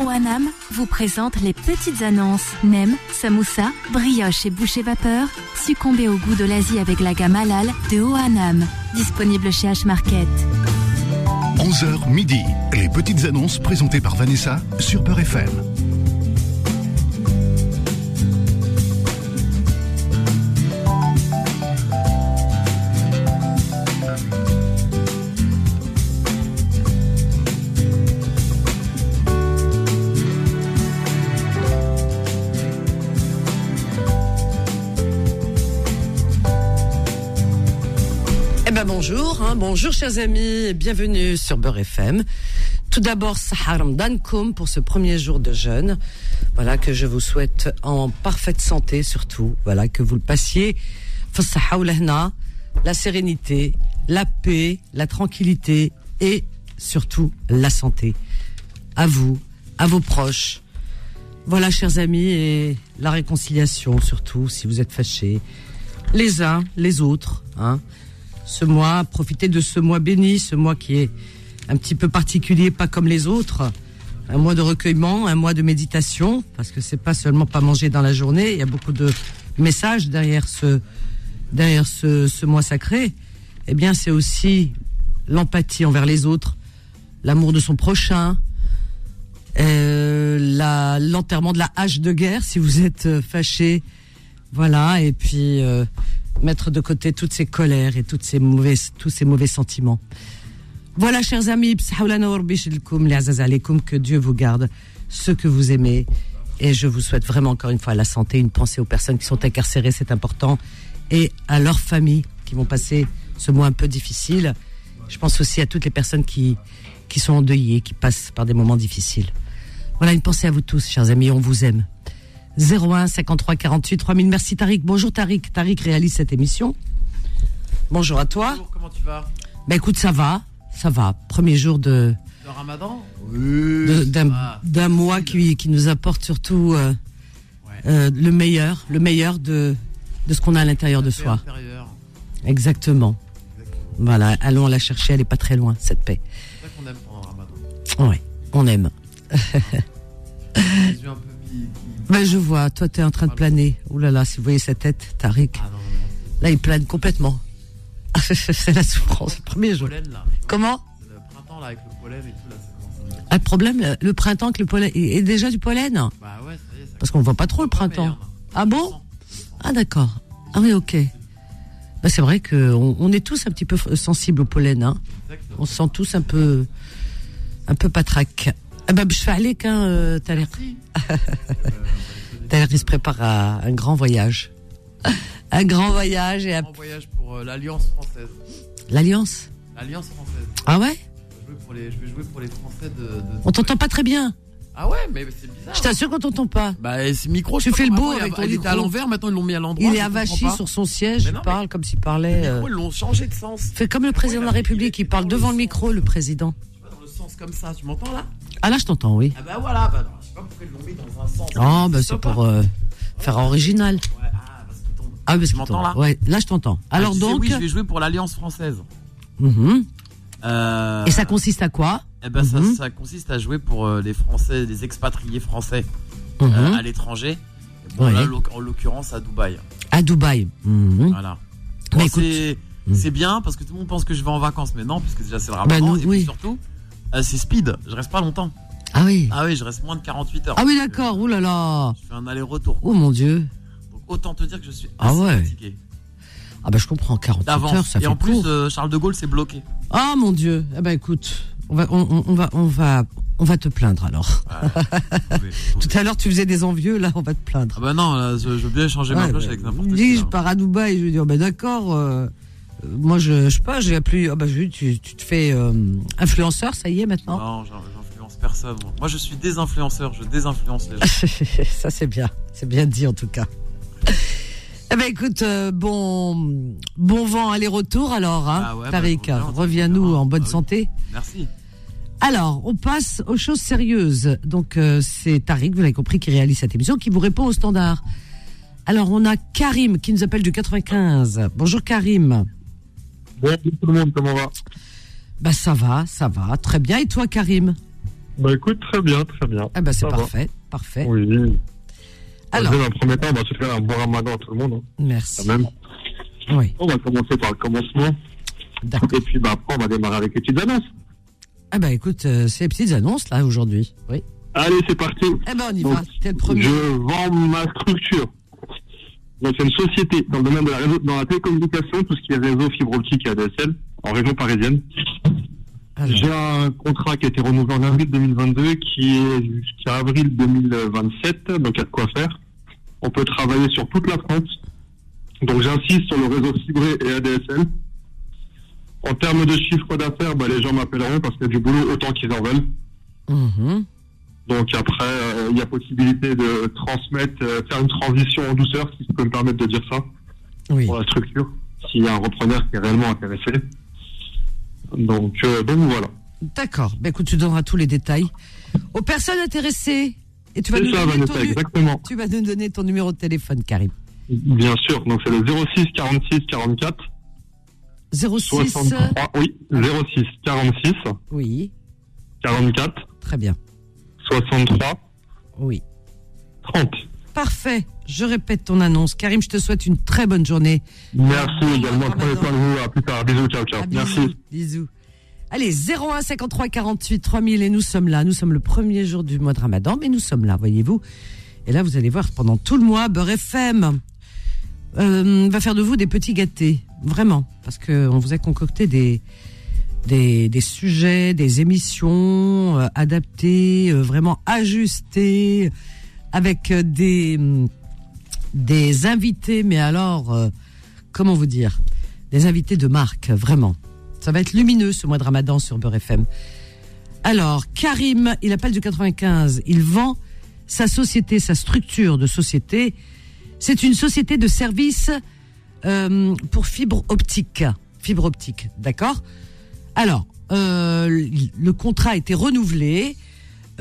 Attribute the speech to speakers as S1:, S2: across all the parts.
S1: OANAM vous présente les petites annonces. Nem, samoussa, brioche et boucher vapeur. Succombez au goût de l'Asie avec la gamme halal de OANAM. Disponible chez H-Market.
S2: 11h midi, les petites annonces présentées par Vanessa sur Peur FM.
S3: Eh ben bonjour, hein, bonjour chers amis, et bienvenue sur Beurre FM. Tout d'abord, Saharam Dankoum pour ce premier jour de jeûne. Voilà que je vous souhaite en parfaite santé surtout. Voilà que vous le passiez. Fassaha ou lahna, La sérénité, la paix, la tranquillité et surtout la santé. À vous, à vos proches. Voilà chers amis et la réconciliation surtout si vous êtes fâchés les uns les autres. Hein ce mois, profitez de ce mois béni, ce mois qui est un petit peu particulier, pas comme les autres. Un mois de recueillement, un mois de méditation, parce que c'est pas seulement pas manger dans la journée. Il y a beaucoup de messages derrière ce derrière ce, ce mois sacré. Eh bien, c'est aussi l'empathie envers les autres, l'amour de son prochain, euh, la- l'enterrement de la hache de guerre si vous êtes euh, fâché. Voilà, et puis euh, mettre de côté toutes ces colères et toutes ces mauvaises, tous ces mauvais sentiments. Voilà, chers amis, بصحة ولنا وربي يشدلكم, les عزاز عليكم, que Dieu vous garde ce que vous aimez. Et je vous souhaite vraiment encore une fois la santé, une pensée aux personnes qui sont incarcérées, c'est important, et à leurs familles qui vont passer ce mois un peu difficile. Je pense aussi à toutes les personnes qui, qui sont endeuillées, qui passent par des moments difficiles. Voilà une pensée à vous tous, chers amis, on vous aime. 01 53 48 3000. Merci Tariq. Bonjour Tariq. Tariq réalise cette émission. Bonjour à toi.
S4: Bonjour, comment tu vas
S3: Ben écoute, ça va, ça va. Premier jour de
S4: Le ramadan
S3: de-
S4: Oui.
S3: d'un d'un mois qui, qui nous apporte surtout euh, euh, le meilleur, le meilleur de de ce qu'on a à l'intérieur de soi.
S4: Intérieur.
S3: Exactement. Voilà, allons la chercher. Elle est pas très loin cette paix.
S4: C'est ça qu'on aime pendant le ramadan.
S3: Ouais, on aime.
S4: Les yeux un peu qui. qui-
S3: Ben je vois. Toi, tu es en train de planer. Ouh là là, si vous voyez sa tête, Tariq.
S4: Ah non, non,
S3: Là, il plane complètement. C'est la souffrance. Premier
S4: le
S3: jour.
S4: pollen là.
S3: Comment
S4: C'est le printemps là avec le pollen et tout là, ça commence à me-
S3: Ah, Le problème, le- le printemps, que le pollen. Il y a déjà du pollen
S4: Bah ouais, ça y est, ça
S3: Parce qu'on voit pas trop le
S4: commence.
S3: printemps.
S4: Ouais, mais il y en a.
S3: Ah bon Ah, d'accord. Ah, oui, ok. Bah, c'est vrai qu'on on est tous un petit peu f- euh, sensibles au pollen. Hein.
S4: Exactement.
S3: On se sent tous un peu. un peu patraque. Ah, bah, je fais euh, aller qu'un. T'as l'air.
S4: Euh,
S3: T'as l'air, il se prépare à un grand voyage. un grand voyage et à...
S4: En voyage pour euh, l'Alliance française.
S3: L'Alliance
S4: L'Alliance française.
S3: Ah ouais
S4: Je vais jouer pour les, je vais jouer pour les Français de. de-
S3: On t'entend pas très bien.
S4: Ah ouais, mais c'est bizarre.
S3: Je t'assure qu'on t'entend pas.
S4: Bah, et ce micro, je sais
S3: Tu
S4: pas
S3: fais le
S4: comment,
S3: beau
S4: il-
S3: avec ton
S4: il était à
S3: micro.
S4: l'envers, maintenant ils l'ont mis à l'endroit.
S3: Il est
S4: je
S3: avachi
S4: comprends pas.
S3: sur son siège,
S4: Mais
S3: il
S4: non,
S3: parle comme s'il parlait.
S4: Le
S3: euh,
S4: micro, ils l'ont changé de sens.
S3: Fait comme le président de la République, il parle devant le micro, le président.
S4: Tu vois, Dans le sens comme ça, tu m'entends là
S3: Ah là, je t'entends, oui.
S4: Ah bah voilà, bah, je sais pas pourquoi ils l'ont mis dans un sens. Ça
S3: Ah, bah
S4: existe
S3: c'est
S4: pas.
S3: pour euh, faire original.
S4: Ouais, ah, parce qu'il tombe.
S3: Ah, mais
S4: Tu
S3: c'est
S4: m'entends, là
S3: Ouais, là, je t'entends. Alors
S4: Ah, je disais,
S3: donc.
S4: Oui, je vais jouer pour l'Alliance française.
S3: mhm.
S4: Euh,
S3: Et ça consiste à quoi
S4: eh ben, ça,
S3: Mhm.
S4: ça consiste à jouer pour euh, les Français, les expatriés français
S3: Mhm.
S4: euh, à l'étranger. Et Bon,
S3: Ouais.
S4: là, lo- en l'occurrence, à Dubaï.
S3: À Dubaï. Mhm.
S4: Voilà.
S3: Bah,
S4: Bon,
S3: écoute.
S4: c'est
S3: Mhm.
S4: c'est bien parce que tout le monde pense que je vais en vacances, mais non, puisque déjà c'est le
S3: Bah,
S4: ramadan.
S3: nous,
S4: et puis
S3: oui.
S4: surtout, euh, c'est speed. Je reste pas longtemps.
S3: Ah oui.
S4: Ah oui, je reste moins de 48 heures.
S3: Ah oui, d'accord. Ouh là là.
S4: Je fais un aller-retour.
S3: Oh mon Dieu.
S4: Donc, autant te dire que je suis
S3: Ah
S4: assez
S3: ouais.
S4: fatigué
S3: Ah bah je comprends, 48 heures,
S4: d'avance.
S3: ça
S4: Et
S3: fait
S4: en plus,
S3: court.
S4: euh, Charles de Gaulle s'est bloqué.
S3: Ah mon Dieu. Eh bah écoute, on va, on, on- on va, on va, on va te plaindre alors.
S4: Ah,
S3: Tout à l'heure, tu faisais des envieux, là, on va te plaindre.
S4: Ah bah non, là, je, je veux bien échanger ma
S3: Ouais,
S4: cloche
S3: bah,
S4: avec n'importe
S3: il me
S4: qui.
S3: dit,
S4: là.
S3: je pars à Dubaï, je lui dis, oh, ben d'accord, euh, euh, moi je, je sais pas, j'ai appelé, ah bah, je lui dis, tu, tu te fais euh, influenceur, ça y est maintenant.
S4: Non, j'in- j'influence personne. Moi. Moi, je suis désinfluenceur, je désinfluence les gens.
S3: ça c'est bien, c'est bien dit en tout cas. Eh ben écoute, euh, bon, bon vent aller-retour alors, hein,
S4: Ah ouais, bah,
S3: Tariq,
S4: je reviens,
S3: reviens-nous
S4: hein,
S3: en bonne
S4: bah oui.
S3: santé.
S4: Merci.
S3: Alors, on passe aux choses sérieuses. Donc, euh, c'est Tariq, vous l'avez compris, qui réalise cette émission, qui vous répond au standard. Alors, on a Karim qui nous appelle du 95. Bonjour Karim.
S5: Bonjour tout le monde, comment va
S3: Bah ça va, ça va, très bien. Et toi Karim
S5: Bah écoute, très bien, très bien.
S3: Ah bah c'est
S5: Ça va.
S3: parfait, parfait.
S5: Oui.
S3: Alors,
S5: Déjà, dans un premier temps, bah, je fais un bon ramadan à tout le monde. hein, quand
S3: merci.
S5: même.
S3: Oui,
S5: On va commencer par le commencement.
S3: d'accord.
S5: Et puis bah, après, on va démarrer avec les petites annonces.
S3: Ah bah écoute, euh, c'est les petites annonces là aujourd'hui. Oui.
S5: Allez, c'est parti.
S3: Eh ben on y
S5: Donc,
S3: va, t'es le premier.
S5: Je vends ma structure. Donc, c'est une société dans le domaine de la, réseau, dans la télécommunication, tout ce qui est réseau fibre optique et ADSL, en région parisienne.
S3: Alors,
S5: J'ai un contrat qui a été renouvelé en avril 2022, qui est jusqu'à avril 2027, donc il y a de quoi faire. On peut travailler sur toute la France. Donc j'insiste sur le réseau fibré et ADSL. En termes de chiffre d'affaires, bah, les gens m'appelleront parce qu'il y a du boulot autant qu'ils en veulent.
S3: mhm.
S5: Donc après, euh, il y a possibilité de transmettre, euh, faire une transition en douceur, si je peux me permettre de dire ça,
S3: oui.
S5: pour la structure, s'il y a un repreneur qui est réellement intéressé. Donc, euh, donc voilà.
S3: D'accord. Ben écoute, tu donneras tous les détails aux personnes intéressées. Et tu vas, nous
S5: C'est ça,
S3: donner ton
S5: Vanessa,
S3: nu-
S5: exactement.
S3: tu vas nous donner ton numéro de téléphone, Karim.
S5: Bien sûr, donc c'est le 06 46 44
S3: 06.
S5: 63. Oui, 06 46
S3: Oui,
S5: 44
S3: très bien.
S5: 63
S3: Oui.
S5: 30.
S3: Parfait. Je répète ton annonce. Karim, je te souhaite une très bonne journée. Ah,
S5: Merci également. Prenez soin de vous. À plus tard. Bisous. Ciao, ciao.
S3: À
S5: Merci.
S3: Ah, Bisous. Bisous. Allez, 01 53 48 3000 et nous sommes là. Nous sommes le premier jour du mois de Ramadan, mais nous sommes là, voyez-vous. Et là, vous allez voir, pendant tout le mois, Beurre FM euh, va faire de vous des petits gâtés, vraiment, parce que on vous a concocté des des, des sujets, des émissions euh, adaptées, euh, vraiment ajustées, avec euh, des hum, des invités, mais alors, euh, comment vous dire, des invités de marque, vraiment. Ça va être lumineux ce mois de Ramadan sur Beurre FM. Alors, Karim, il appelle du 95. Il vend sa société, sa structure de société. C'est une société de services euh, pour fibre optique. Fibre optique, d'accord Alors, euh, le contrat a été renouvelé.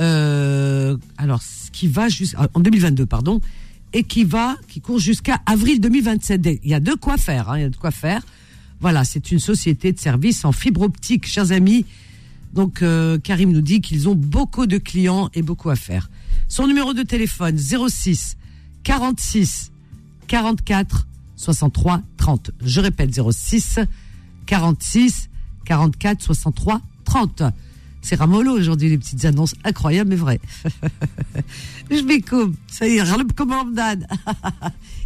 S3: euh, alors, ce qui va jusqu'- en 2022, pardon, et qui va, qui court jusqu'à avril 2027. Il y a de quoi faire, hein, il y a de quoi faire. Voilà, c'est une société de services en fibre optique, chers amis. Donc, euh, Karim nous dit qu'ils ont beaucoup de clients et beaucoup à faire. Son numéro de téléphone, 06 46 44 63 30. Je répète, 06 46 44 63 30. C'est Ramolo aujourd'hui, les petites annonces incroyables mais vraies. Je m'écoupe, ça y est, le commandant.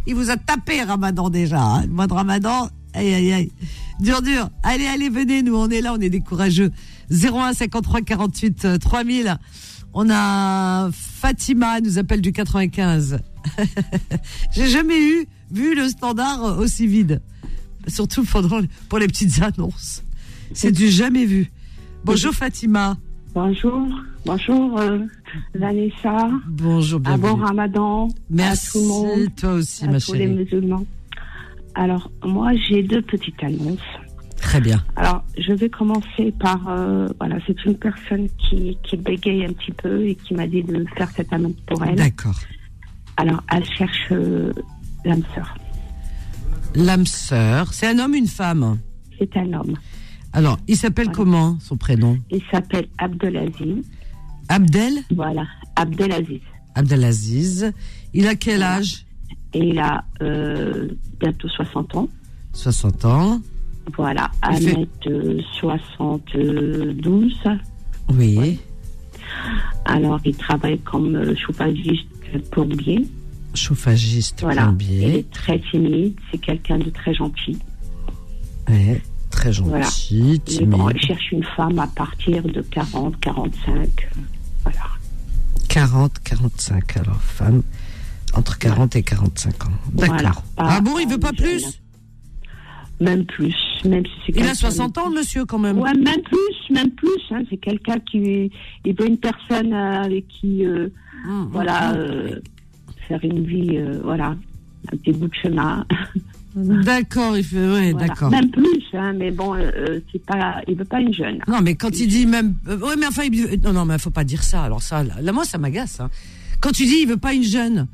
S3: Il vous a tapé Ramadan déjà. hein. Le mois de Ramadan, aïe aïe aïe. Dur dur. Allez, allez, venez, nous, on est là, on est des courageux. 01 53 48 euh, 3000. On a Fatima, nous appelle du 95. J'ai jamais eu, vu le standard euh, aussi vide. Surtout pendant, pour les petites annonces. C'est du jamais vu. Bonjour Fatima.
S6: Bonjour, bonjour euh, Vanessa,
S3: Bonjour,
S6: un bon
S3: bienvenue.
S6: ramadan
S3: Merci,
S6: à tout le monde,
S3: toi aussi,
S6: à
S3: ma
S6: tous les
S3: chérie.
S6: musulmans. Alors, moi, j'ai deux petites annonces.
S3: Très bien.
S6: Alors, je vais commencer par, euh, voilà, c'est une personne qui, qui bégaye un petit peu et qui m'a dit de faire cette annonce pour elle.
S3: D'accord.
S6: Alors, elle cherche euh, l'âme sœur.
S3: L'âme sœur, c'est un homme, une femme.
S6: C'est un homme.
S3: Alors, il s'appelle
S6: Voilà.
S3: comment son prénom
S6: Il s'appelle Abdelaziz.
S3: Abdel
S6: Voilà, Abdelaziz.
S3: Abdelaziz. Il a quel âge
S6: Et il a euh, bientôt 60 ans.
S3: 60 ans.
S6: Voilà,
S3: Il fait-
S6: 1m72.
S3: Oui.
S6: Alors, il travaille comme euh, chauffagiste plombier.
S3: Chauffagiste
S6: Voilà. Il
S3: plombier.
S6: est très timide, c'est quelqu'un de très gentil.
S3: Ouais. Très gentil,
S6: Voilà. Mais
S3: timide.
S6: bon, il cherche une femme à partir de 40, 45. Voilà.
S3: 40, 45. Alors, femme, entre 40 et 45 ans. D'accord.
S6: Voilà. Pas
S3: Ah bon, il veut pas
S6: en
S3: plus
S6: jeune. Même plus. Même si c'est
S3: Il a
S6: quelqu'un-
S3: 60 ans, le monsieur, quand même.
S6: Ouais, même plus, même plus. hein. C'est quelqu'un qui. Il veut une personne euh, avec qui. euh,
S3: Mmh, mmh,
S6: voilà,
S3: mmh.
S6: euh, faire une vie, euh, voilà, un petit bout de chemin.
S3: D'accord, il fait. Ouais,
S6: Voilà.
S3: d'accord.
S6: Même plus, hein, mais bon, euh, euh, c'est pas, il veut pas une jeune.
S3: Non, mais quand il dit même. euh, ouais, mais enfin, il- euh, non, non, mais faut pas dire ça. Alors, ça, là, là, moi, ça m'agace. hein. Quand tu dis, il veut pas une jeune.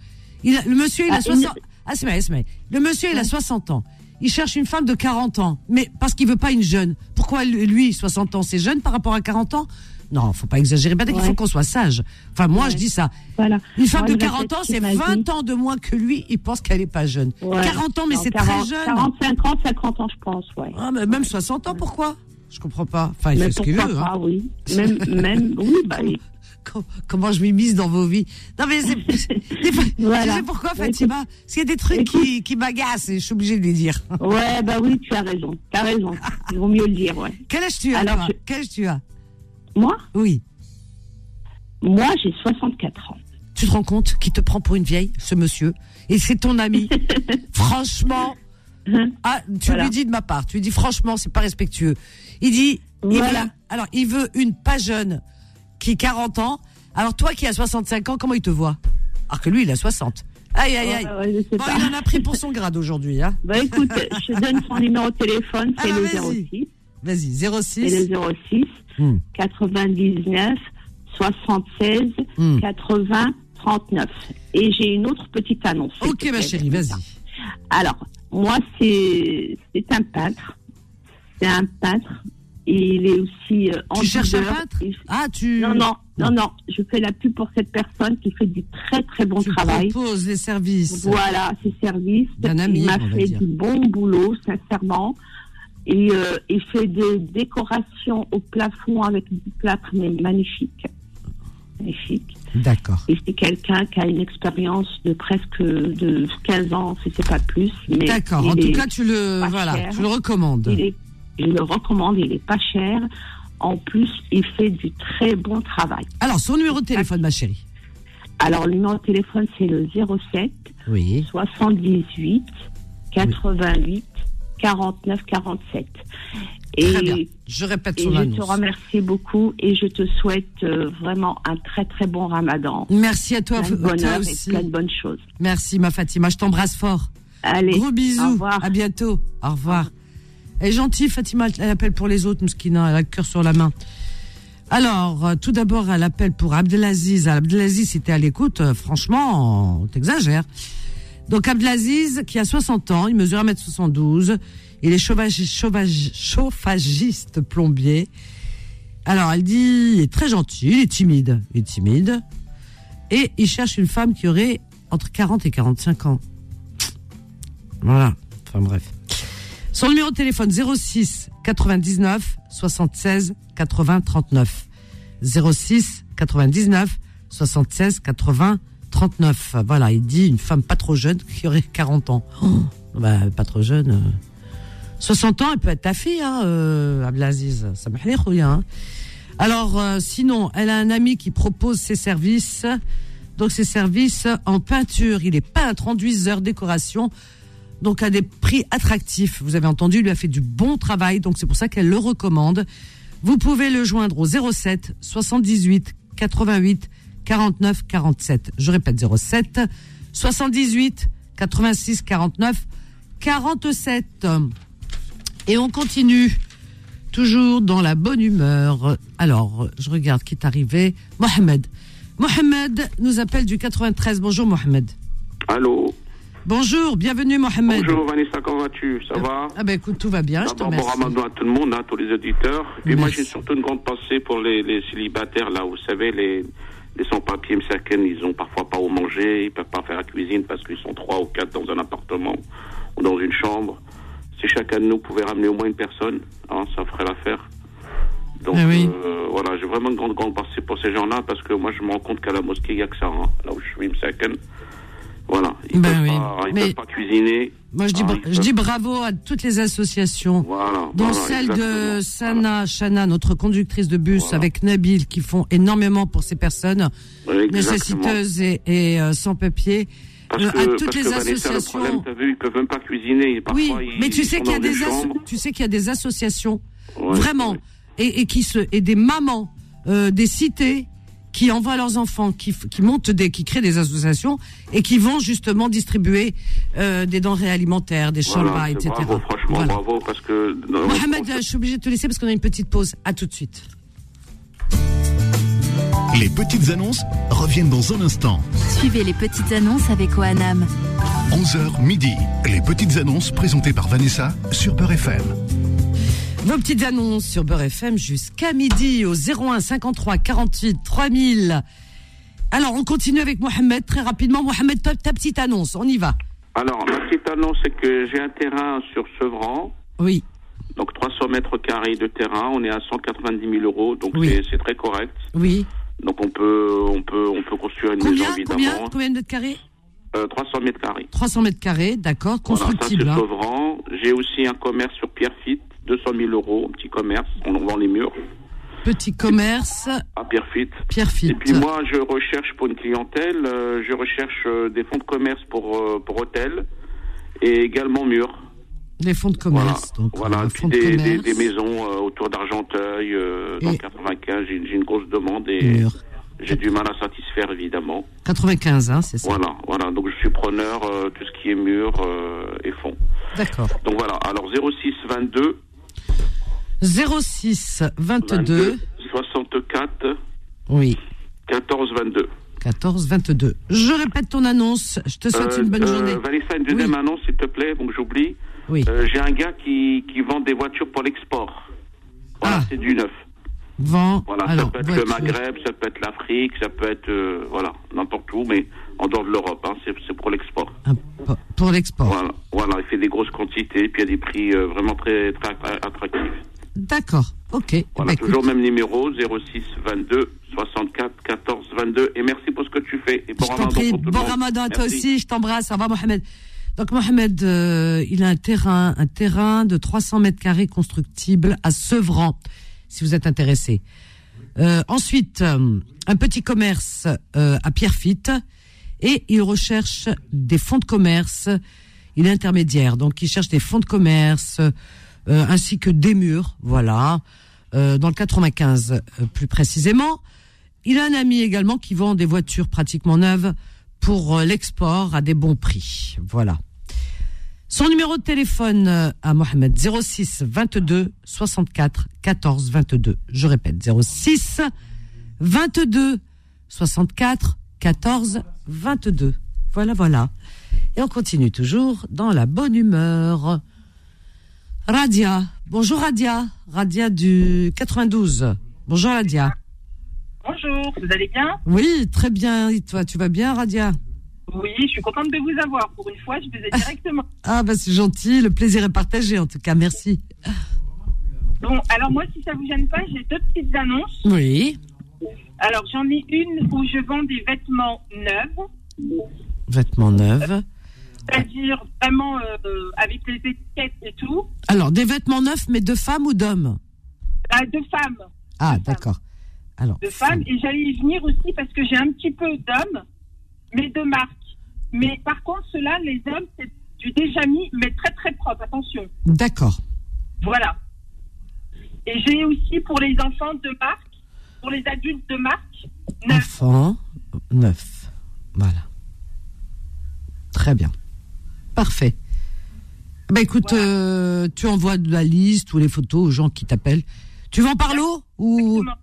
S3: Il a- le monsieur, il a
S6: Ah,
S3: 60. Ah, c'est vrai, c'est vrai. Le monsieur, il a 60 ans. Il cherche une femme de 40 ans. Mais parce qu'il veut pas une jeune. Pourquoi lui, 60 ans, c'est jeune par rapport à 40 ans Non, faut pas exagérer. Ben, Il faut
S6: Ouais.
S3: qu'on soit sage. Enfin, moi,
S6: Ouais.
S3: je dis ça.
S6: Voilà.
S3: Une femme
S6: Moi,
S3: de
S6: je
S3: 40
S6: répète
S3: ans,
S6: ce
S3: c'est
S6: qu'il m'a dit.
S3: 20 ans de moins que lui. Il pense qu'elle est pas jeune.
S6: Ouais.
S3: 40 ans, mais
S6: Non,
S3: c'est
S6: 40,
S3: très jeune.
S6: 45 ans, 50 ans, je pense, ouais.
S3: Ah, mais même 60 ans, pourquoi Je comprends pas. Enfin, il
S6: Mais
S3: fait ce qu'il
S6: pourquoi
S3: veut. hein.
S6: pas, oui. Même, même, oui, bah, oui.
S3: Com- Comment je m'immisce dans vos vies Non, mais c'est. des fois-
S6: Voilà. Bah,
S3: Tu sais pourquoi,
S6: Ouais,
S3: Fatima Parce qu'il y a des trucs qui, qui m'agacent et je suis obligée de les dire.
S6: ouais, bah oui, tu as raison, tu as raison. Il vaut mieux le dire, ouais.
S3: Quel âge tu as
S6: Alors,
S3: toi
S6: je-
S3: Quel âge tu as
S6: Moi,
S3: Oui.
S6: moi, j'ai 64 ans.
S3: Tu te rends compte qu'il te prend pour une vieille, ce monsieur Et c'est ton ami. franchement. Ah, tu
S6: Voilà.
S3: lui dis de ma part. Tu lui dis franchement, c'est pas respectueux. Il dit. il
S6: Voilà.
S3: veut- alors, il veut une pas jeune qui a 40 ans. Alors, toi qui as 65 ans, comment il te voit Alors que lui, il a 60. Aïe, aïe, aïe.
S6: Ah Ouais, ouais, je sais
S3: Bon,
S6: pas.
S3: il en a pris pour son grade aujourd'hui, hein.
S6: Bah écoute, je te donne son numéro de téléphone, c'est
S3: Ah,
S6: le
S3: vas-y.
S6: 06,
S3: Vas-y,
S6: c'est
S3: 06.
S6: le 06
S3: Hmm.
S6: 99 76
S3: Hmm.
S6: 80 39. Et j'ai une autre petite annonce. s'il te
S3: Ok, ma
S6: plaît.
S3: chérie, vas-y.
S6: Alors, moi, c'est c'est un peintre. C'est un peintre. Et il est aussi euh,
S3: Tu cherches un
S6: entoureur.
S3: peintre
S6: Il-
S3: Ah, tu.
S6: Non, non, non, non. Je fais la pub pour cette personne qui fait du très, très bon
S3: Tu
S6: travail.
S3: proposes les services.
S6: Voilà, ses services.
S3: D'un ami,
S6: il m'a
S3: on va
S6: fait
S3: dire.
S6: du bon boulot, sincèrement. Et euh, il fait des décorations au plafond avec du plâtre, mais magnifique. Magnifique.
S3: D'accord.
S6: Et c'est quelqu'un qui a une expérience de presque de 15 ans, si c'est pas plus. mais
S3: D'accord. En
S6: il
S3: tout
S6: est-
S3: cas, tu le
S6: pas
S3: voilà,
S6: cher.
S3: tu le recommandes.
S6: il est- je le recommande, il est pas cher. En plus, il fait du très bon travail.
S3: Alors, son numéro de téléphone, ma chérie.
S6: Alors, le numéro de téléphone, c'est le 07
S3: Oui.
S6: 78 88 49 47. Et
S3: Très bien. Je répète
S6: et
S3: son
S6: je te
S3: annonce.
S6: remercie beaucoup et je te souhaite euh, vraiment un très très bon ramadan.
S3: Merci à toi,
S6: Plein de
S3: toi
S6: bonheur
S3: aussi.
S6: et plein de bonnes choses.
S3: Merci, ma Fatima. Je t'embrasse fort.
S6: Allez,
S3: Gros bisous.
S6: au revoir.
S3: À bientôt. Au revoir. Elle est gentille, Fatima. Elle appelle pour les autres, Mskina. Elle a le cœur sur la main. Alors, euh, tout d'abord, elle appelle pour Abdelaziz. Abdelaziz, si t'es à l'écoute, euh, franchement, on t'exagère. Donc, Abdelaziz, qui a 60 ans, il mesure 1m72. Il est chauvage- chauvage- chauffagiste plombier. Alors, elle dit, il est très gentil, il est timide. Il est timide. Et il cherche une femme qui aurait entre 40 et 45 ans. Voilà. Enfin bref. Son numéro de téléphone 06 99 76 80 39. 06 99 76 80 39. Voilà, il dit une femme pas trop jeune qui aurait 40 ans. Oh, bah, pas trop jeune. euh. 60 ans, elle peut être ta fille, hein, euh, Abdelaziz. Ça me fait rire, hein. Alors, euh, sinon, elle a un ami qui propose ses services. Donc, ses services en peinture. Il est peintre, enduiseur, décoration donc à des prix attractifs. Vous avez entendu, il lui a fait du bon travail, donc c'est pour ça qu'elle le recommande. Vous pouvez le joindre au 07 78 88 49 47. Je répète 07 78 86 49 47. Et on continue. Toujours dans la bonne humeur. Alors, je regarde qui est arrivé. Mohamed. Mohamed nous appelle du 93. Bonjour Mohamed.
S7: Allô
S3: Bonjour, bienvenue Mohamed.
S7: Bonjour Vanessa, comment vas-tu Ça va
S3: Ah ben écoute, tout va bien, je te
S7: D'abord,
S3: remercie.
S7: bon ramadan à tout le monde, à tous les auditeurs. Et moi,
S3: Merci.
S7: j'ai surtout une grande pensée pour les, les célibataires, là, vous savez, les, les sans-papiers, certains, ils ont parfois pas où manger, ils peuvent pas faire la cuisine parce qu'ils sont trois ou quatre dans un appartement ou dans une chambre. Si chacun de nous pouvait ramener au moins une personne, hein, ça ferait l'affaire. Donc,
S3: Ah oui.
S7: euh, voilà, j'ai vraiment une grande, grande pensée pour ces gens-là parce que moi, je me rends compte qu'à la mosquée, il n'y a que ça, hein, là où je suis, Msaken. Voilà, ils ne
S3: Ben
S7: peuvent,
S3: oui.
S7: pas, ils
S3: Mais-
S7: peuvent pas cuisiner.
S3: Moi je dis,
S7: Ah,
S3: bra-
S7: ils
S3: je
S7: peuvent-
S3: dis bravo à toutes les associations,
S7: Voilà.
S3: dont
S7: voilà,
S3: celle de
S7: exactement.
S3: Sana Chana, notre conductrice de bus
S7: Voilà.
S3: avec Nabil, qui font énormément pour ces personnes
S7: Voilà. Exactement.
S3: nécessiteuses et, et, euh, sans papier.
S7: Parce
S3: Euh,
S7: que,
S3: à
S7: parce
S3: toutes
S7: que
S3: les
S7: Vanessa, le
S3: associations.
S7: problème, t'as vu, ils peuvent même pas cuisiner. Parfois,
S3: oui,
S7: ils-
S3: mais tu
S7: ils
S3: sais
S7: sont
S3: qu'il y a
S7: dans une
S3: des asso-
S7: chambre.
S3: tu sais qu'il y a des associations
S7: Ouais,
S3: vraiment
S7: ouais.
S3: et, et qui se et des mamans euh, des cités qui envoient leurs enfants qui, f- qui montent des qui créent des associations et qui vont justement distribuer euh, des denrées alimentaires des
S7: Voilà,
S3: shorba
S7: c'est
S3: etc
S7: Bravo, franchement,
S3: Voilà.
S7: bravo, parce que. euh, dans-
S3: Mohamed je suis obligée de te laisser parce qu'on a une petite pause à tout de suite
S2: Les petites annonces reviennent dans un instant.
S1: Suivez les petites annonces avec OANAM.
S2: 11h midi. Les petites annonces présentées par Vanessa sur Peur FM.
S3: Vos petites annonces sur Beurre FM jusqu'à midi au 01 53 48 3000. Alors, on continue avec Mohamed très rapidement. Mohamed, ta, ta petite annonce, on y va.
S7: Alors, ma petite annonce, c'est que j'ai un terrain sur Sevran,
S3: Oui,
S7: donc 300 mètres carrés de terrain. On est à 190 000 euros, donc
S3: Oui.
S7: c'est- c'est très correct.
S3: oui.
S7: Donc on peut, on peut, on peut construire une
S3: Combien
S7: maison évidemment.
S3: Combien Combien de mètres carrés
S7: Euh, 300 mètres carrés.
S3: 300 mètres carrés, d'accord,
S7: Voilà, ça c'est
S3: constructible. hein.
S7: Sevran. J'ai aussi un commerce sur Pierrefitte, 200 000 euros, un petit commerce. On en vend les murs
S3: Petit commerce,
S7: à Pierrefitte. Et
S3: Pierrefitte.
S7: puis moi, je recherche pour une clientèle, euh, je recherche euh, des fonds de commerce pour euh, pour hôtels et également murs.
S3: Les fonds de
S7: Voilà,
S3: commerce. donc,
S7: voilà.
S3: euh,
S7: Et
S3: fonds
S7: puis
S3: de
S7: des, des,
S3: commerce,
S7: des maisons euh, autour d'Argenteuil, euh, dans
S3: Et-
S7: 95, j'ai j'ai une grosse demande et
S3: murs.
S7: j'ai du mal à satisfaire évidemment.
S3: 95, hein, c'est ça.
S7: Voilà, voilà. Donc je suis preneur euh, tout ce qui est mur euh, et fond.
S3: D'accord.
S7: Donc voilà. Alors 06 22
S3: 06 22,
S7: 22 64
S3: oui,
S7: 14 22.
S3: 14 22. Je répète ton annonce, je te souhaite
S7: Euh,
S3: une bonne
S7: euh,
S3: journée.
S7: Vanessa, une deuxième
S3: Oui.
S7: annonce, s'il te plaît, donc j'oublie.
S3: Oui.
S7: Euh, J'ai un gars qui, qui vend des voitures pour l'export. Voilà,
S3: Ah.
S7: c'est du neuf.
S3: Vent.
S7: Voilà,
S3: alors,
S7: ça peut être
S3: voiture.
S7: le Maghreb, ça peut être l'Afrique, ça peut être, euh, voilà, n'importe où, mais en dehors de l'Europe, hein, c'est c'est pour l'export.
S3: Un- Pour l'export.
S7: Voilà, voilà, il fait des grosses quantités, puis il y a des prix euh, vraiment très, très attra- attractifs.
S3: Bah, D'accord. Ok.
S7: Voilà,
S3: Bah,
S7: toujours même numéro, 06 22 64 14 22. Et merci pour ce que tu fais. Et bon
S3: Je t'en prie.
S7: pour tout le
S3: Bon
S7: monde.
S3: ramadan à toi
S7: Merci.
S3: aussi. Je t'embrasse. Au revoir, Mohamed. Donc, Mohamed, euh, il a un terrain, un terrain de 300 mètres carrés constructible à Sevran, si vous êtes intéressé. Euh, ensuite, euh, un petit commerce euh, à Pierrefitte. Et il recherche des fonds de commerce. Il est intermédiaire. Donc, il cherche des fonds de commerce, euh, ainsi que des murs. Voilà. Euh, dans le 95, euh, plus précisément. Il a un ami également qui vend des voitures pratiquement neuves pour euh, l'export à des bons prix. Voilà. Son numéro de téléphone euh, à Mohamed 06 22 64 14 22. Je répète 06 22 64 14 22. Voilà voilà. Et on continue toujours dans la bonne humeur. Radia, bonjour Radia, Radia du 92. Bonjour Radia.
S8: Bonjour, vous allez bien
S3: Oui, très bien. Et toi, tu vas bien, Radia
S8: Oui, je suis contente de vous avoir. Pour une fois, je vous ai directement.
S3: Ah, bah c'est gentil. Le plaisir est partagé, en tout cas. Merci.
S8: Bon, alors moi, si ça vous gêne pas, j'ai deux petites annonces.
S3: Oui.
S8: Alors, j'en ai une où je vends des vêtements neufs,
S3: Vêtements neufs.
S8: c'est-à-dire vraiment euh, avec les étiquettes et tout,
S3: Alors, des vêtements neufs, mais de femmes ou d'hommes
S8: Ah, de femmes,
S3: Ah,
S8: De femmes.
S3: d'accord. Alors,
S8: de femmes. Et j'allais y venir aussi parce que j'ai un petit peu d'hommes, mais de marques. Mais par contre, ceux-là, les hommes, c'est du déjà mis, mais très très propre. Attention.
S3: D'accord.
S8: Voilà. Et j'ai aussi pour les enfants de marque, pour les adultes de marque, neuf.
S3: Enfants neufs. Voilà. Très bien. Parfait. Bah écoute,
S8: Voilà.
S3: euh, tu envoies de la liste ou les photos aux gens qui t'appellent. Tu vends par l'eau ou...
S8: Exactement.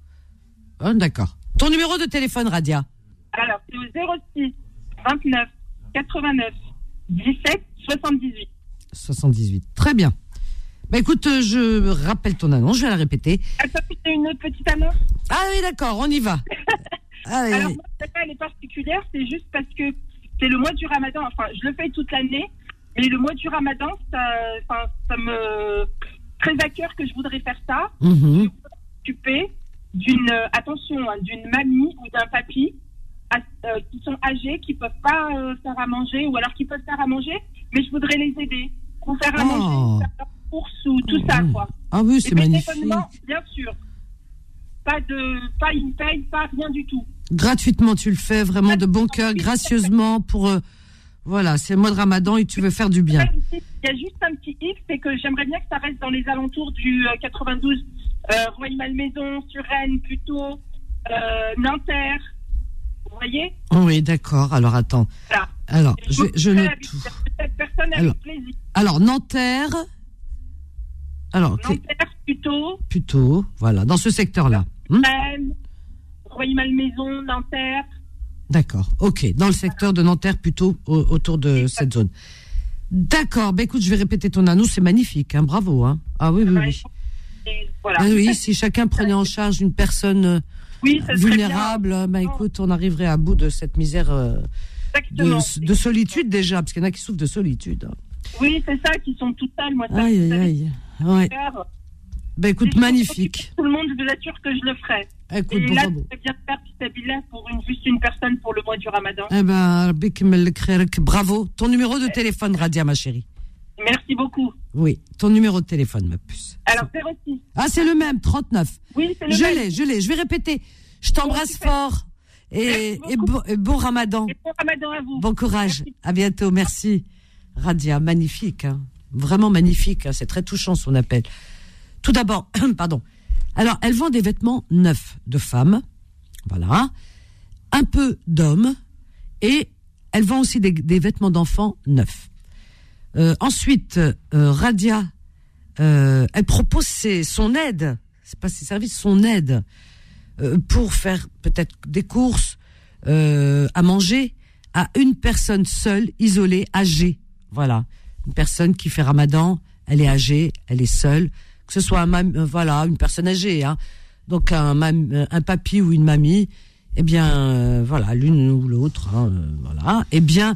S3: Ah, d'accord. Ton numéro de téléphone, Radia
S8: Alors, c'est au 06 29 89 17 78.
S3: 78. Très bien. Bah écoute, euh, je rappelle ton annonce, je vais la répéter.
S8: Attends, j'ai Ah, une autre petite annonce.
S3: Ah oui, d'accord, on y va. Allez,
S8: Alors,
S3: allez.
S8: moi, celle-là, elle est particulière, c'est juste parce que c'est le mois du ramadan. Enfin, je le fais toute l'année, mais le mois du ramadan, ça, enfin, ça me. Très à cœur que je voudrais faire ça.
S3: Mhm.
S8: occupé d'une euh, attention hein, d'une mamie ou d'un papy à- euh, qui sont âgés, qui peuvent pas euh, faire à manger ou alors qui peuvent faire à manger, mais je voudrais les aider pour faire à
S3: Oh.
S8: manger, faire leurs courses ou tout ça
S3: Oh.
S8: quoi.
S3: Ah oui,
S8: Et
S3: c'est magnifique.
S8: bénévolement, bien sûr. Pas de, pas une paye, pas rien du tout.
S3: Gratuitement, tu le fais vraiment de bon cœur, gracieusement pour. euh, voilà, c'est le mois de Ramadan et tu veux faire du bien.
S8: Même si Il y a juste un petit hic, c'est que j'aimerais bien que ça reste dans les alentours du euh, 92, euh, Rueil-Malmaison, Suresnes, plutôt, euh, Nanterre. Vous voyez
S3: Oui, d'accord. Alors attends.
S8: Voilà.
S3: Alors, je, je
S8: Très
S3: note
S8: avec-
S3: tout.
S8: Cette personne avec
S3: Alors,
S8: plaisir.
S3: Alors Nanterre. Alors que-
S8: Nanterre, plutôt,
S3: plutôt, voilà, dans ce secteur-là. Hmm
S8: Rennes, Rueil-Malmaison, Nanterre.
S3: D'accord, ok. Dans le secteur de Nanterre, plutôt au- autour de cette zone. Bah, D'accord, ben écoute, je vais répéter ton annonce, c'est magnifique, hein, bravo. Hein. Ah oui, oui, oui.
S8: Et voilà.
S3: Ah oui, si chacun prenait en charge une personne euh,
S8: Oui, ça serait bien.
S3: vulnérable, bah écoute, on arriverait à bout de cette misère euh,
S8: Exactement.
S3: de, de solitude déjà, parce qu'il y en a qui souffrent de solitude.
S8: Oui, c'est ça, qui sont toutes seules. Moi, ça,
S3: Aïe,
S8: vous
S3: aïe,
S8: savez,
S3: aïe. Ouais.
S8: faire.
S3: Bah écoute,
S8: Si je
S3: magnifique.
S8: m'occupe de Tout le monde, je vous assure que je le ferai.
S3: Ah, Écoute,
S8: Et là,
S3: bravo.
S8: je vais bien faire petit habillement pour une, juste une personne pour le mois du ramadan.
S3: Eh ben, Rabbik Mel Khairek, bravo. Ton numéro de téléphone, Radia, ma chérie.
S8: Merci beaucoup.
S3: Oui, ton numéro de téléphone, ma puce.
S8: Alors, 06.
S3: Ah, c'est le même, 39.
S8: Oui, c'est le
S3: Je
S8: même.
S3: l'ai, je l'ai. Je vais répéter. Je t'embrasse
S8: super.
S3: fort et,
S8: Merci
S3: et
S8: beaucoup.
S3: bon, et bon ramadan.
S8: Et bon ramadan à vous.
S3: Bon courage.
S8: Merci.
S3: À bientôt. Merci. Radia, magnifique. hein. Vraiment magnifique. hein. C'est très touchant son appel. Tout d'abord, pardon. Alors, elle vend des vêtements neufs de femmes. Voilà. Un peu d'hommes. Et elle vend aussi des, des vêtements d'enfants neufs. Euh, ensuite, euh, Radia, euh, elle propose ses- son aide. C'est pas ses services, son aide euh, pour faire peut-être des courses, euh, à manger à une personne seule, isolée, âgée. Voilà, une personne qui fait Ramadan, elle est âgée, elle est seule, que ce soit un mam- euh, voilà une personne âgée, hein. donc un mam- euh, un papy ou une mamie, eh bien euh, voilà l'une ou l'autre, hein, euh, voilà, eh bien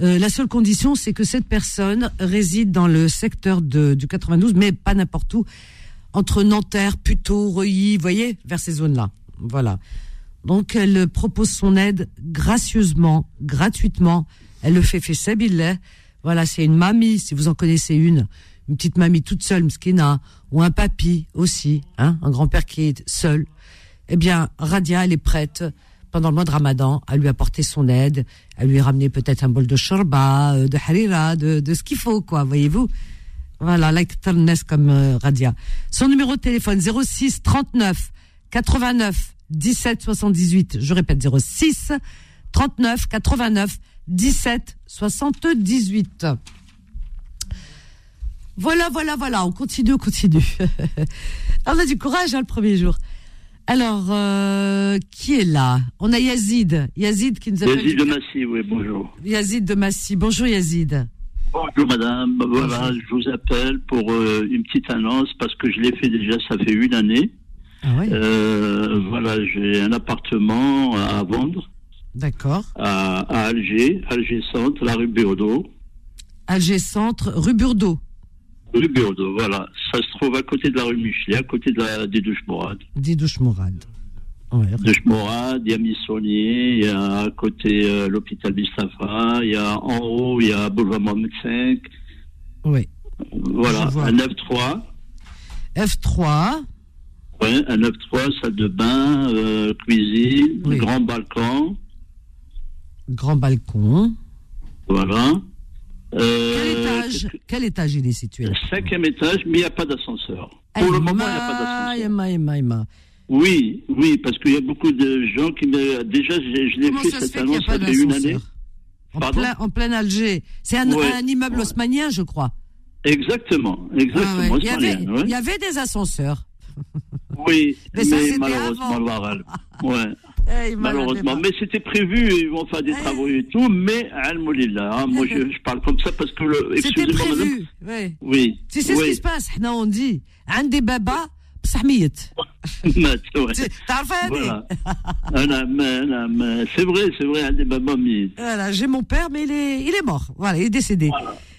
S3: euh, la seule condition, c'est que cette personne réside dans le secteur de, du 92, mais pas n'importe où, entre Nanterre, Puteaux, Reuilly, vous voyez, vers ces zones-là. Voilà. Donc, elle propose son aide gracieusement, gratuitement. Elle le fait, fait Sabillet. Voilà, c'est une mamie, si vous en connaissez une. Une petite mamie toute seule, Mskina. Ou un papy aussi, hein, un grand-père qui est seul. Eh bien, Radia, elle est prête, pendant le mois de Ramadan, à lui apporter son aide, à lui ramener peut-être un bol de shorba, euh, de harira, de, de ce qu'il faut, quoi, voyez-vous. Voilà, like Tarnes comme euh, Radia. Son numéro de téléphone 06 39 89 17 78. Je répète 06 39 89 17 78. Voilà, voilà, voilà. On continue, on continue. on a du courage hein, le premier jour. Alors, euh, qui est là On a Yazid. Yazid qui nous appelle.
S9: Yazid de Massy, oui, bonjour.
S3: Yazid de Massy. Bonjour Yazid.
S9: Bonjour madame, voilà, je vous appelle pour euh, une petite annonce parce que je l'ai fait déjà, ça fait une année.
S3: Ah oui,
S9: Euh, voilà, j'ai un appartement à vendre
S3: d'accord.
S9: à, à Alger, Alger Centre, la rue Béodo.
S3: Alger Centre, rue Burdeau.
S9: Rue Béodo, voilà. Ça se trouve à côté de la rue Michelet, à côté de la, des douches morades.
S3: Des douches morades. Ouais.
S9: Douches morades, il y a Missonnier, il y a à côté euh, l'hôpital Mustafa, il y a en haut, il y a Boulevard Mohamed V.
S3: Oui.
S9: Voilà,
S3: Je vois.
S9: un F3.
S3: F3.
S9: Ouais, un 9-3, salle de bain, euh, cuisine,
S3: Oui.
S9: grand balcon,
S3: Grand balcon.
S9: voilà. Euh,
S3: Quel étage Quel étage il est situé là
S9: Cinquième étage, mais il n'y a pas d'ascenseur. Pour le moment, il n'y a pas
S3: Emma,
S9: d'ascenseur.
S3: Emma, Emma, Emma.
S9: Oui, oui, parce qu'il y a beaucoup de gens qui... me- Déjà, je, je l'ai
S3: Comment
S9: fait
S3: ça se
S9: cette
S3: fait qu'il n'y
S9: annonce,
S3: a pas
S9: ça fait une année.
S3: d'ascenseur en
S9: Pardon
S3: plein, en plein Alger. C'est un,
S9: Ouais.
S3: un immeuble
S9: Ouais.
S3: haussmanien, je crois.
S9: Exactement,
S3: Ah ouais.
S9: exactement.
S3: il, y
S9: c'est
S3: avait,
S9: rien, ouais.
S3: il y avait des ascenseurs.
S9: Oui,
S3: Mais
S9: mais,
S3: ça, c'était
S9: malheureusement,
S3: avant.
S9: voilà. Ouais,
S3: Eh, il m'a
S9: malheureusement.
S3: l'air
S9: Mais c'était prévu, ils vont faire des
S3: Eh.
S9: travaux et tout, mais, alhamdoulilah, hein, moi je, je parle comme ça parce que... le-
S3: des- C'était
S9: Excusez-moi, madame.
S3: prévu. Ouais.
S9: Oui.
S3: Tu sais ce qui
S9: oui.
S3: se passe حنا on dit عندي بابا بصح ميت.
S9: Ouais.
S3: Tu- تعرف هذه؟
S9: Voilà. Ah, non, mais- non, mais c'est vrai, c'est vrai, un des mamans, mais-
S3: Voilà, j'ai mon père, mais il est, il est mort. Voilà, il est décédé.